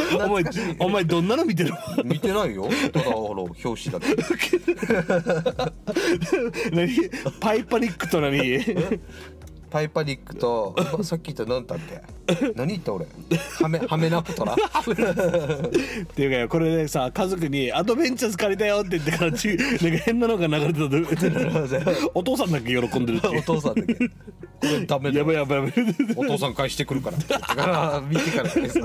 A: クお前お前どんなの見てる (laughs)
B: 見てないよただほら表紙だけ
A: 何パイパニックと何
B: パイパニックと (laughs) まさっき言った何だっけ何言った俺ハメハメナプトラ
A: っていうかこれでさ家族に「アドベンチャーズ借りたよ」って言ってからちなんか変なのが流れてた
B: (laughs)
A: と (laughs) お父さんだけ喜んでるってい (laughs)
B: お
A: う
B: 父さんだけこれダメだ
A: や
B: よ
A: ばいやばいやば (laughs) い
B: お父さん返してくるからって言ってから見てから (laughs) です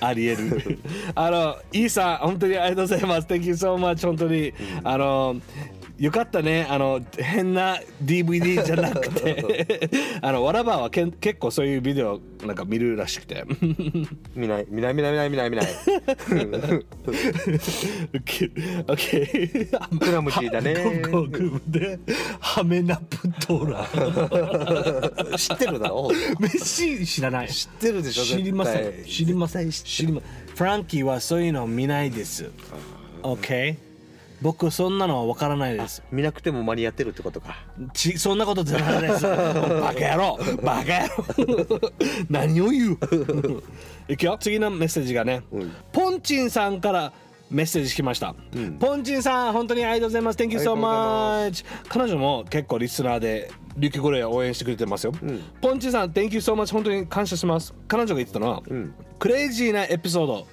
A: ありえる (laughs) あのイーさん本当にありがとうございます Thank you so much 本当に、あのよかったねあの変な DVD じゃなく (laughs) てあのわらばはけん結構そういうビデオなんか見るらしくて (laughs)
E: 見ない見ない見ない見ない見ない見ない
A: OK
E: クラムジーだね
A: 韓国語でハメナプトラ
B: (laughs) 知ってるだろ
A: 飯知らない知って
B: るでしょ
A: 知りませ
B: 絶対
A: ん知りません知りまフランキーはそういうの見ないです OK 僕そんなのは分からないです
E: (laughs) 見なくても間に合ってるってことか
A: ちそんなことじゃない (laughs) ですバカ野郎バカ野 (laughs) 郎何を (laughs) 言ういくよ次のメッセージがね、ポンチンさんからメッセージ来ました、ポンチンさん本当にありがとうございます Thank you so
B: あ
A: much 彼女も結構リスナーで琉球ゴレアを応援してくれてますよ、ポンチンさん Thank you so much 本当に感謝します彼女が言ってたのは、クレイジーなエピソード、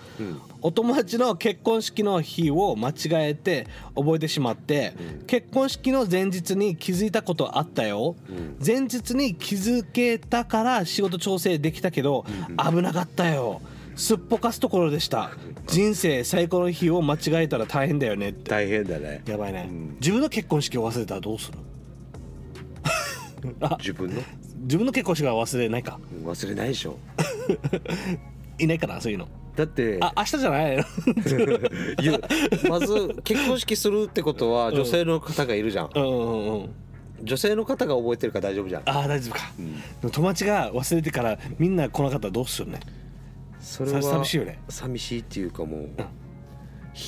A: お友達の結婚式の日を間違えて覚えてしまって、結婚式の前日に気づいたことあったよ、前日に気づけたから仕事調整できたけど、危なかったよすっぽかすところでした人生最高の日を間違えたら大変だよねって
E: 大変だね
A: やばいね、自分の結婚式を忘れたらどうする
E: 自分の
A: 自分の結婚式は忘れないか
E: 忘れないでしょ
A: いないかなそういうの
E: だって
A: あ明日じゃない (laughs)
E: 言うまず結婚式するってことは女性の方がいるじゃん
A: うんうんうん
E: 女性の方が覚えてるから大丈夫じゃん
A: ああ大丈夫か、でも友達が忘れてからみんな来なかったらどうするね
E: それは
A: さ寂しいよね
E: 寂しいっていうかもう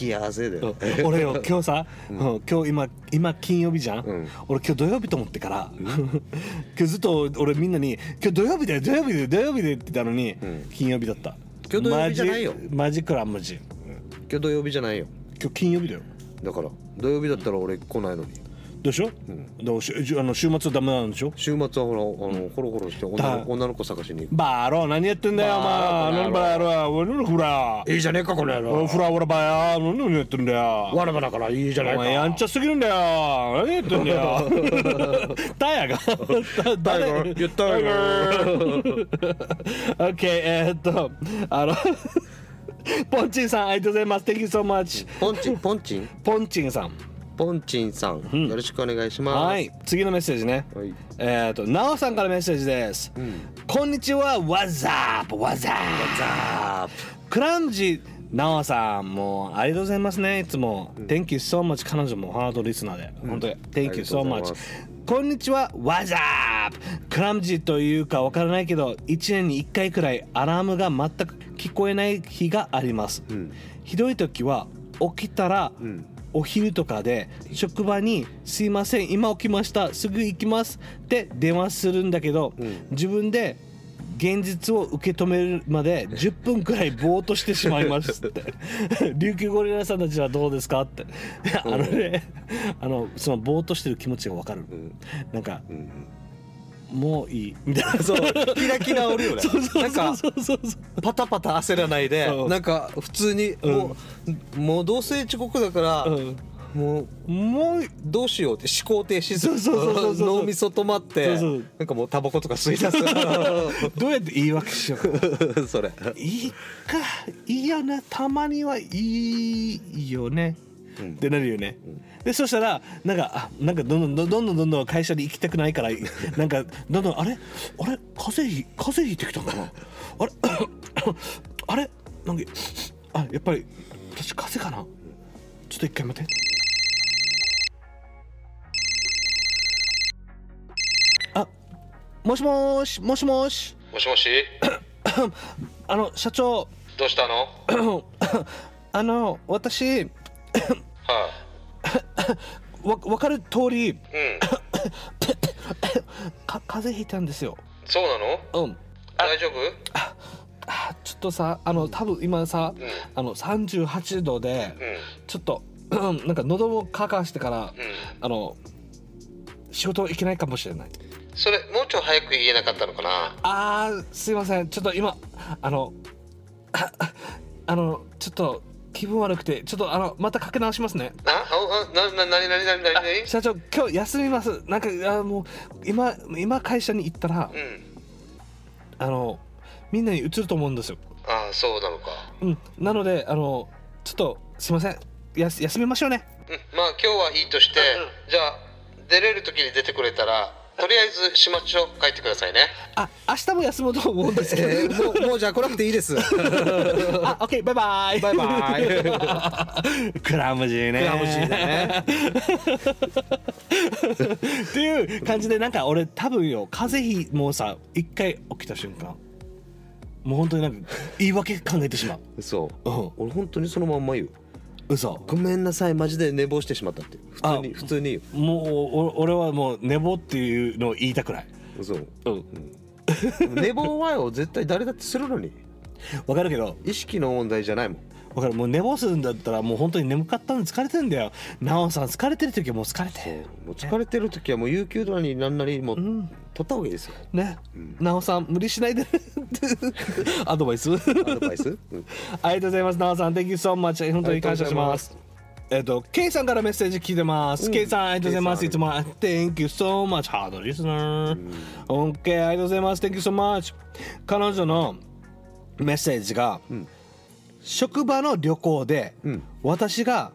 E: 冷や汗だ
A: う
E: よ
A: ん俺
E: (laughs)
A: よ今日さ、うん今日今今金曜日じゃん、
E: ん
A: 俺今日土曜日と思ってから、 (laughs) 今日ずっと俺みんなに「今日土曜日だよ土曜日だよ土曜日だよ」って言ったのに、金曜日だった
E: 今日土曜日じゃないよ
A: マジマジクラムジ
E: 今日土曜日じゃないよ
A: 今日金曜日だよ
E: だから土曜日だったら俺来ないのに
A: どうしよう、どうしようじゅあの週末はダメなんでしょ
E: 週末はほらあのホロホロして女
A: だ
E: の女の子探しに行
A: バーロー何やってんだよお前
E: バーロー
A: 何バーロー俺のフラ
E: くいいじゃねえかこの野
A: おいフラオラバー何やってんだよ
E: わらばだからいいじゃ
A: お前やんちゃすぎるんだよ何言ってんだよタイヤがタ
E: (laughs) イガー言ったよ
A: (laughs) OK えーっとあのポンチンさんありがとうございます Thank you so much
E: ポンチンポンチン
A: ポンチンさん
E: ポンチンさん、よろしくお願いします (laughs)
A: はい次のメッセージね、
E: はい
A: えーっとなおさんからメッセージです、こんにちはわざーわざークランジなおさんもうありがとうございますねいつも、Thank you so much 彼女もハードリスナーで、本当に Thank you so
E: ありがとうござい
A: much
E: ます
A: こんにちは、わざークラムジーというかわからないけど、1年に1回くらいアラームが全く聞こえない日があります。ひどい時は、起きたら、お昼とかで職場に「すいません今起きましたすぐ行きます」って電話するんだけど、自分で現実を受け止めるまで10分くらいぼーっとしてしまいますって (laughs) 琉球ゴリラさんたちはどうですかってあのねあのそのぼーっとしてる気持ちがわかる、なんか、もういいみたいなそう
B: キラキラおるよね
A: (laughs) そうそう
B: なんか
A: そうそうそう
B: パタパタ焦らないで、
A: うん
B: なんか普通にもう,、もうどうせ遅刻だから、
A: うん
E: もう
A: もう (laughs) い
E: どうしようって思考停止す
A: そう
E: る
A: そうそうそうそう
E: 脳みそ止まって
A: そうそう
E: なんかもうタバコとか吸い出
A: どうやって言い訳しようか
E: すそれ
A: いいかいいよねたまにはいいよね、ってなるよね、でそしたらなんかあなんかどんどんどんどんどんどん会社に行きたくないからなんかどんどんあれあれ風邪ひ風邪ひいてきたかなあれ (coughs) あれなんかあやっぱり私風邪かなちょっと一回待ってあもしもーしもしもーし
B: もしもし
A: あの社長
B: どうしたのはい、
A: あの私わ分かる通り
B: うん。
A: か風邪ひいたんですよ
B: そうなの
A: うん
B: 大丈夫
A: あちょっとさあの多分今さ、
B: ん
A: あの38度で、
B: うん。
A: ちょっとうんなんか喉をカカしてから、
B: う
A: あの仕事行けないかもしれない
B: ん。それ、もうちょい早く言えなかったのかな
A: あーすいませんちょっと今あの (laughs) ああのちょっと気分悪くてちょっとあのまたかけ直しますね
B: あ、あ、あな、な、なになになになになに
A: 社長今日休みますなんかあもう今今会社に行ったら、
B: うん。
A: あのみんなに移ると思うんですよ、
B: ああ、そうなのか。
A: うん、なのであのちょっとすいませんやす休みましょうね
B: うん。まあ、今日はいいとして、じゃあ、出れる時に出てくれたら、とりあえず始末書書いてくださいね。
A: あ明日も休もうと思うんですけど、
E: えーもうもうじゃあ来なくていい (laughs) です
A: あオッケーバイバイ
E: バイバイ
A: クラムジーね
E: クラムジー
A: ねっていう感じでなんか俺多分よ風邪ひもうさ一回起きた瞬間もう本当になんか言い訳考えてしまう
E: そうう、俺本当にそのまんま言う
A: 嘘
E: ごめんなさいマジで寝坊してしまったって普通に
A: あ
E: 普通に
A: もうお俺はもう寝坊っていうのを言いたくない
E: そう
A: うん
E: 寝坊はよ絶対誰だってするのに
A: わかるけど
E: 意識の問題じゃないもん
A: わかるもう寝坊するんだったらもう本当に眠かったのに疲れてんだよなおさん疲れてる時はもう疲れて
E: もう疲れてる時はもう有給なりなんなりもう
A: うん
E: 取った方がいいです (laughs) よ
A: ねなおさん無理しないで (laughs) アドバイス (laughs)
E: アドバイス、うん
A: ありがとうございます、なおさん。Thank you so much. 本当に感謝します。えっと、K さんからメッセージ聞いてます。K さん、ありがとうございます。い
E: K
A: つ
E: さ
A: も、Thank you so much, hard listener. OK、ありがとうございます。Thank you so much. 彼女のメッセージが、職場の旅行で、
E: うん
A: 私が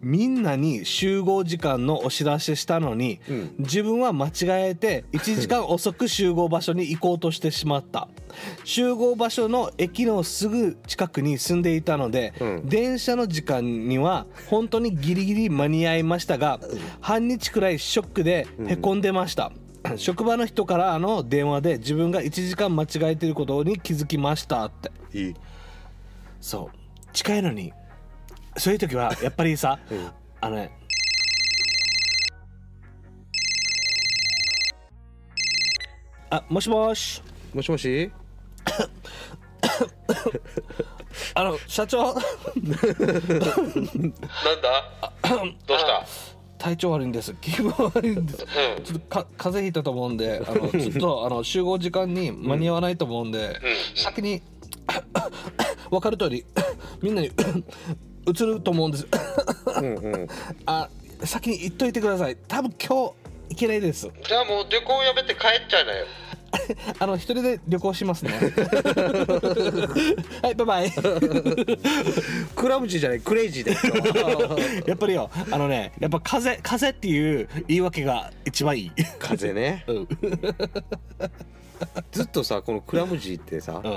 A: みんなに集合時間のお知らせしたのに、
E: うん
A: 自分は間違えて1時間遅く集合場所に行こうとしてしまった集合場所の駅のすぐ近くに住んでいたので、
E: うん
A: 電車の時間には本当にギリギリ間に合いましたが、半日くらいショックでへこんでました、職場の人からの電話で自分が1時間間違えてることに気づきましたって
E: いい
A: そう近いのにそういう時はやっぱりさ、あのねあもしもし
E: もしもし
A: あの社
B: な
A: 長
B: んだどうした
A: 体調悪いんです気分悪いんです
B: うん。
A: ちょっとか風邪ひいたと思うんであのちょっとあの集合時間に間に合わないと思うんで、先に (coughs) 分かる通り (coughs) みんなに移ると思うんです
E: うんうん
A: あ先に言っといてください多分今日いけないです
B: じゃあもう旅行やめて帰っちゃいなよ。
A: あの一人で旅行しますね。はい、バイバイ。
E: クラムチーじゃないクレイジーだよ
A: (laughs) やっぱりよ、あのね、やっぱ風、風っていう言い訳が一番いい。
E: 風ね
A: うん、
E: ずっとさこのクラムジーってさ、
A: (laughs) う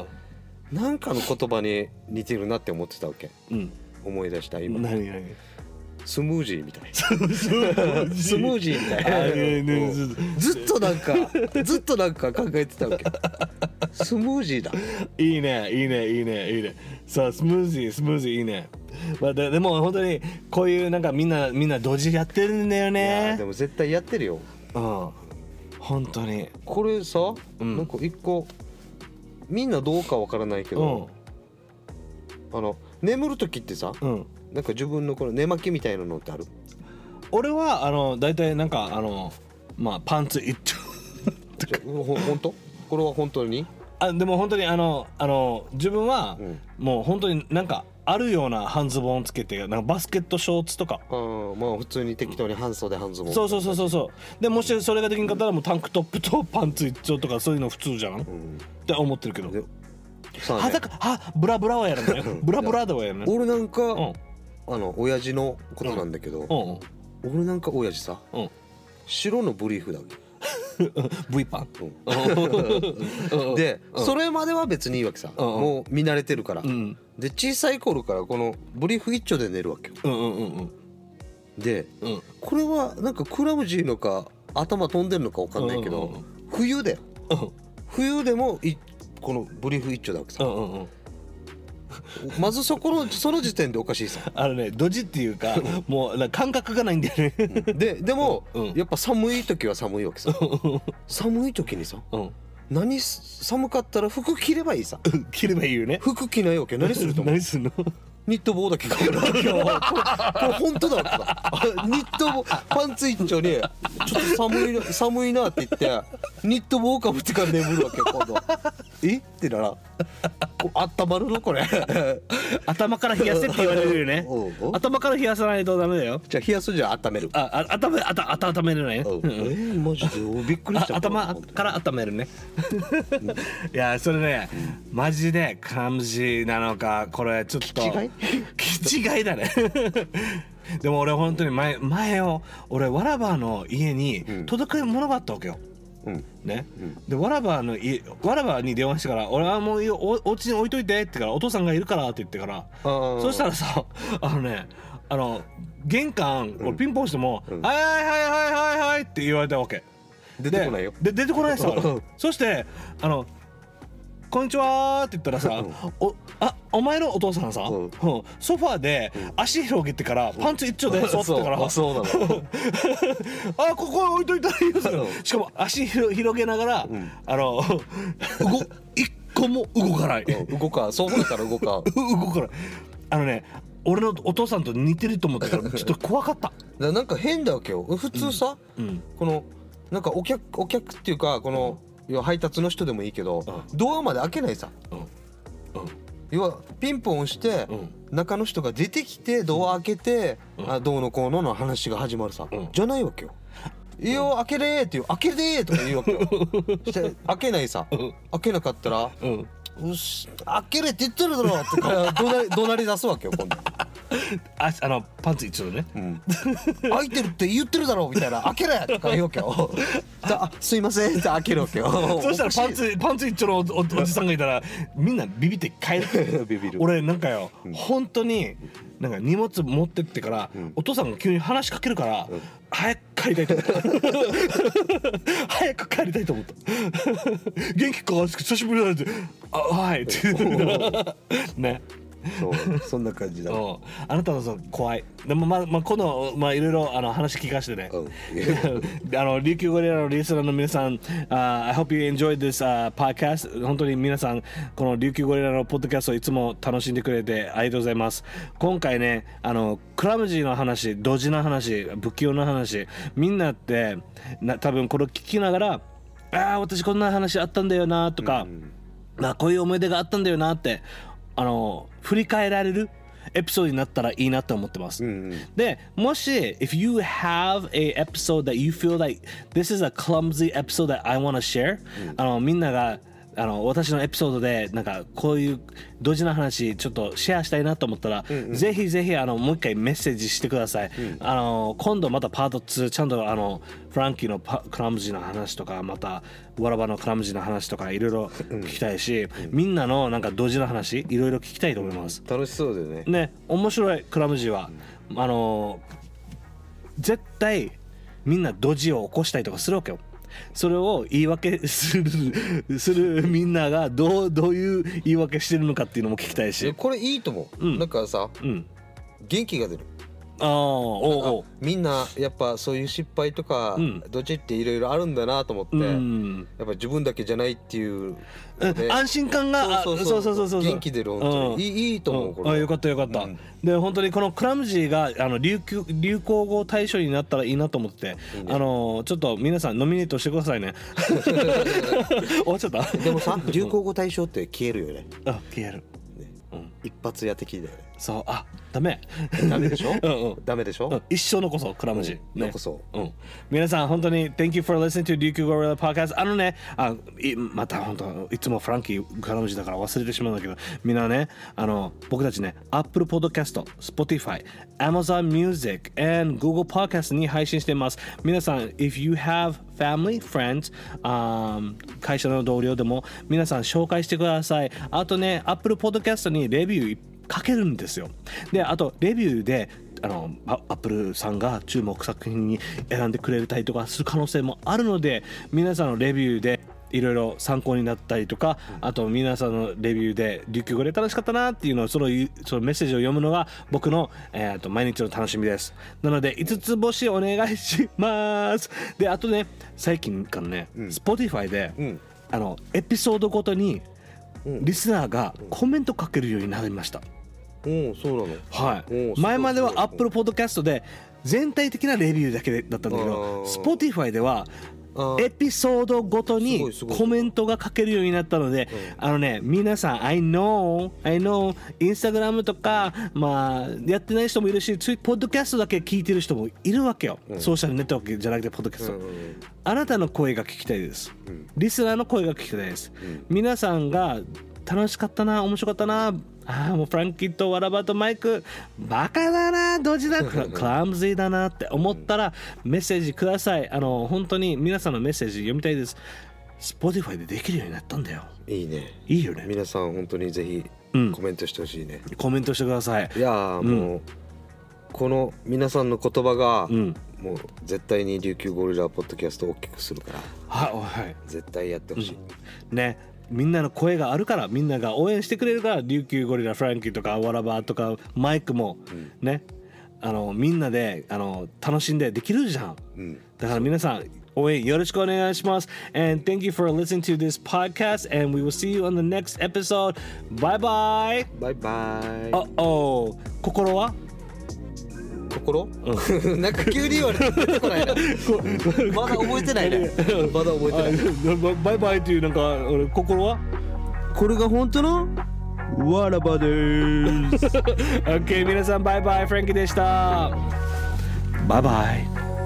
A: ん、
E: なんかの言葉に似てるなって思ってたわけ
A: うん、
E: 思い出した今、
A: 何何。
E: スムージーみたい
A: (laughs) スムー
E: (laughs) スムージーみたいな
A: ねねず
E: うんずっとなんかずっとなんか考えてたわけスムージーだ
A: いいね、いいね、いいね、いいね。さあ、スムージー、スムージー、いいね。まあ、ででも本当にこういうなんかみんなみんな同時やってるんだよ
E: いやー
A: ね
E: でも絶対やってるよ
A: うん本当に
E: これさ、
A: ん
E: なんか一個みんなどうかわからないけ
A: うん
E: ど、あの眠る時ってさ
A: うん
E: なんか自分のこの寝巻きみたいなの (laughs) ってある
A: 俺はあの大体なんかあのまあパンツ一丁
E: じゃあほ本当これは本当に
A: あでも本当にあのあの自分は
E: うん
A: もう本当になんかあるような半ズボンつけてなんかバスケットショーツとか
E: うんまあ普通に適当に半袖半ズボン
A: そうそうそうそうそうでもしそれができんかったらもうタンクトップとパンツ一丁とかそういうの普通じゃん、って思ってるけど
E: でさあね
A: 裸はブラブラはやら
E: (laughs)
A: ないよブラブラではやらない
E: 俺なんか、
A: うん
E: あの親父のことなんだけど、
A: うんうん
E: 俺なんか親父さ
A: うん
E: 白のブリーフだけ
A: V パン (laughs)
E: で、それまでは別にいいわけさ、
A: んうん
E: もう見慣れてるから、
A: ん
E: で小さい頃からこのブリーフ一丁で寝るわけよ
A: うんうんうんうん
E: で、
A: うん
E: これはなんかクラムジーのか頭飛んでるのか分かんないけど、
A: うんうん
E: 冬だよ
A: うん
E: 冬でもいこのブリーフ一丁だわ
A: う
E: けさ、
A: んうんうん
E: まずそこのその時点でおかしいさ
A: あのねドジって
E: (laughs)
A: いうかもうなんか感覚がないんだよね
E: ででも、
A: うん
E: やっぱ寒い時は寒いわけ (laughs) さ寒い時にさ
A: うん
E: 何す寒かったら服着ればいいさ
A: 切ればいいよね
E: 服着ないわけ何すると思う
A: 何するの
E: (laughs) ニット帽だけ買うのこれ本当だわけだあニット帽パンツ一丁にちょっと寒いな寒いなって言ってニット帽かぶってから眠るわけよ今度えってならこあったまるのこれ
A: 頭から冷やせって言われるよ
E: (laughs) おうお
A: ね
E: う
A: 頭から冷やさないとダメだよ
E: じゃあ冷やすじゃあ温める
A: ああ頭あたあた温めるね
E: おうえーマジでおびっくり
A: あ
E: した
A: 頭から温めるね (laughs) いやそれねマジでクラムジーなのかこれちょっと
E: 気違い
A: 気違いだね (laughs) でも俺本当に前前を俺わらばの家に届くものがあったわけよ、
E: うん
A: ね、でわらばの家わらばに電話してから「俺はもういいよおお家に置いといて」って言うから「お父さんがいるから」って言ってから
E: ー
A: そしたらさ (laughs) あのねあの玄関俺ピンポンしても「はいはいはいはいはいはい」って言われたわけ。
E: 出てこないよ
A: で出てこないさ
E: うん
A: そしてあの「こんにちは」って言ったらさ「おあお前のお父さんさ、
E: うん
A: うんソファーで足広げてからパンツ一丁で座ってたから、
E: そうそうなの
A: あここ置いといたらいいよそれしかも足広広げながら、あの (laughs) 動一個も動かない
E: 動かそうだから動か
A: 動かないあのね俺のお父さんと似てると思ったか
E: (laughs)
A: らちょっと怖かった
E: だ (laughs) なんか変だわけよ普通さ、
A: うん
E: このなんかお客お客っていうかこの、要は配達の人でもいいけど、ドアまで開けないさ、
A: うんうん
E: 要はピンポン押して、
A: う
E: 中の人が出てきてドア開けて、あどうのこうのの話が始まるさ、
A: ん
E: じゃないわけよ。いいよ開けれーっていう開けれーとか言うわ (laughs) けよして開けないさ、
A: ん
E: 開けなかったら
A: うん
E: 「うっし開けれって言ってるだろ」とか怒鳴り怒鳴り出すわけよ今度。
A: ああのパンツ一丁でね
E: 開いてるって言ってるだろみたいな開けれとか言うわけよじ (laughs) ゃああすいませんって開けるわけよ
A: そしたらパン
E: おかしい
A: ツパンツ一丁のおおおじさんがいたらみんなビビって帰る
E: (laughs) ビビる
A: 俺なんかよ、本当になんか荷物持ってってから、お父さんが急に話しかけるから、早く帰りたいと思った
E: (laughs)
A: 早く帰りたいと思った元気か久しぶりだねって「あはい」って
E: (laughs)
A: ね
E: そうそんな感じだ
A: うんあなたのその怖いでもまあ、まあ、今度まあいろいろあの話聞かせてね、 (laughs) あの琉球ゴリラのリスナーの皆さん、あ I hope you enjoyed this、uh, podcast 本当に皆さんこの琉球ゴリラのポッドキャストをいつも楽しんでくれてありがとうございます今回ねあのクラムジーの話ドジの話不器用な話みんなってな多分これを聞きながらああ私こんな話あったんだよなとか、まあこういう思い出があったんだよなってあの振り返られるエピソードになったらいいなと思ってます。で、もし、if you have a episode that you feel like this is a clumsy episode that I want to share、あのみんながあの私のエピソードでなんかこういうドジな話ちょっとシェアしたいなと思ったら、ぜひぜひあのもう一回メッセージしてください、あの今度またパート2ちゃんとあのフランキーのパクラムジーの話とかまたわらばのクラムジーの話とかいろいろ聞きたいし、みんなのなんかドジな話いろいろ聞きたいと思います、
E: 楽しそうだよね
A: ね面白いクラムジーは、あの絶対みんなドジを起こしたりとかするわけよそれを言い訳する (laughs) するみんながどうどういう言い訳してるのかっていうのも聞きたい
E: で
A: し
E: これいいと思う、
A: うん
E: なんかさ
A: うん
E: 元気が出る
A: ああおうおう
E: あみんなやっぱそういう失敗とか、
A: うん
E: どっちっていろいろあるんだなと思って、
A: うん
E: やっぱ自分だけじゃないっていう
A: う
E: ので
A: ん、安心感があ
E: そうそうそう元気出る本当にいいいいと思うこれ
A: んあよかったよかった、
E: うん
A: で本当にこのクラムジーがあの流行流行語大賞になったらいいなと思ってて、あのちょっと皆さんノミネートしてください
E: (laughs)
A: ね (laughs) 終わっちゃった
E: でもさ流行語大賞って消えるよね
A: あ消える
E: 一発屋的だよね
A: そうあダメ
E: ダメでしょ
A: (laughs) うんうん
E: ダメでしょ、
A: うん一生残そうクラムジ、、
E: うん残そう
A: ん、皆さん本当に Thank you for listening to DQ Gorilla Podcast あのねあいまた本当いつもフランキークラムジだから忘れてしまうんだけどみんなねあの僕たちね Apple Podcast Spotify Amazon Music and Google Podcast に配信しています皆さん If you have family, friends、um, 会社の同僚でも皆さん紹介してくださいあとね Apple Podcast にレビュー書けるんですよであとレビューであのアップルさんが注目作品に選んでくれたりとかする可能性もあるので皆さんのレビューでいろいろ参考になったりとか、あと皆さんのレビューで「琉球語で楽しかったな」っていうのをそのそのメッセージを読むのが僕の、えー、と毎日の楽しみですなので5つ星お願いしますであとね最近からね、Spotify で、あのエピソードごとにリスナーがコメントかけるようになりました、
E: うんそうなの
A: はい、前までは Apple Podcast で全体的なレビューだけでだったんだけど Spotify ではエピソードごとにコメントが書けるようになったので、あのね皆さん I know I know インスタグラムとかまあやってない人もいるしついポッドキャストだけ聞いてる人もいるわけよ、ソーシャルネットワークじゃなくてポッドキャスト、あなたの声が聞きたいです、リスナーの声が聞きたいです、皆さんが楽しかったな面白かったなああもうフランキーとワラバとマイクバカだなドジだククラムズイだなって思ったらメッセージくださいあの本当に皆さんのメッセージ読みたいです Spotify でできるようになったんだよ
E: いいね
A: いいよね
E: 皆さん本当にぜひ
A: うん
E: コメントしてほしいね、
A: コメントしてください
E: いやーもう、この皆さんの言葉が、
A: うん
E: もう絶対に琉球ゴリラポッドキャストを大きくするから
A: はいはい
E: 絶対やってほしい、
A: ねみんなの声があるからみんなが応援してくれるから琉球ゴリラフランキーとかワラバーとかマイクも、ねあのみんなであの楽しんでできるじゃん、だから皆さん応援よろしくお願いします and thank you for listening to this podcast and we will see you on the next episode bye bye
E: バイバイ
A: あおう心は
E: 心、 (laughs) なんか急に言われて出てこ
A: (laughs)
E: ないなまだ覚えてないねまだ覚えてない
A: バイバイっていうなんか俺心は
B: これが本当のわらばでーす
A: (laughs) OK 皆さんバイバイフランキーでしたバイバイ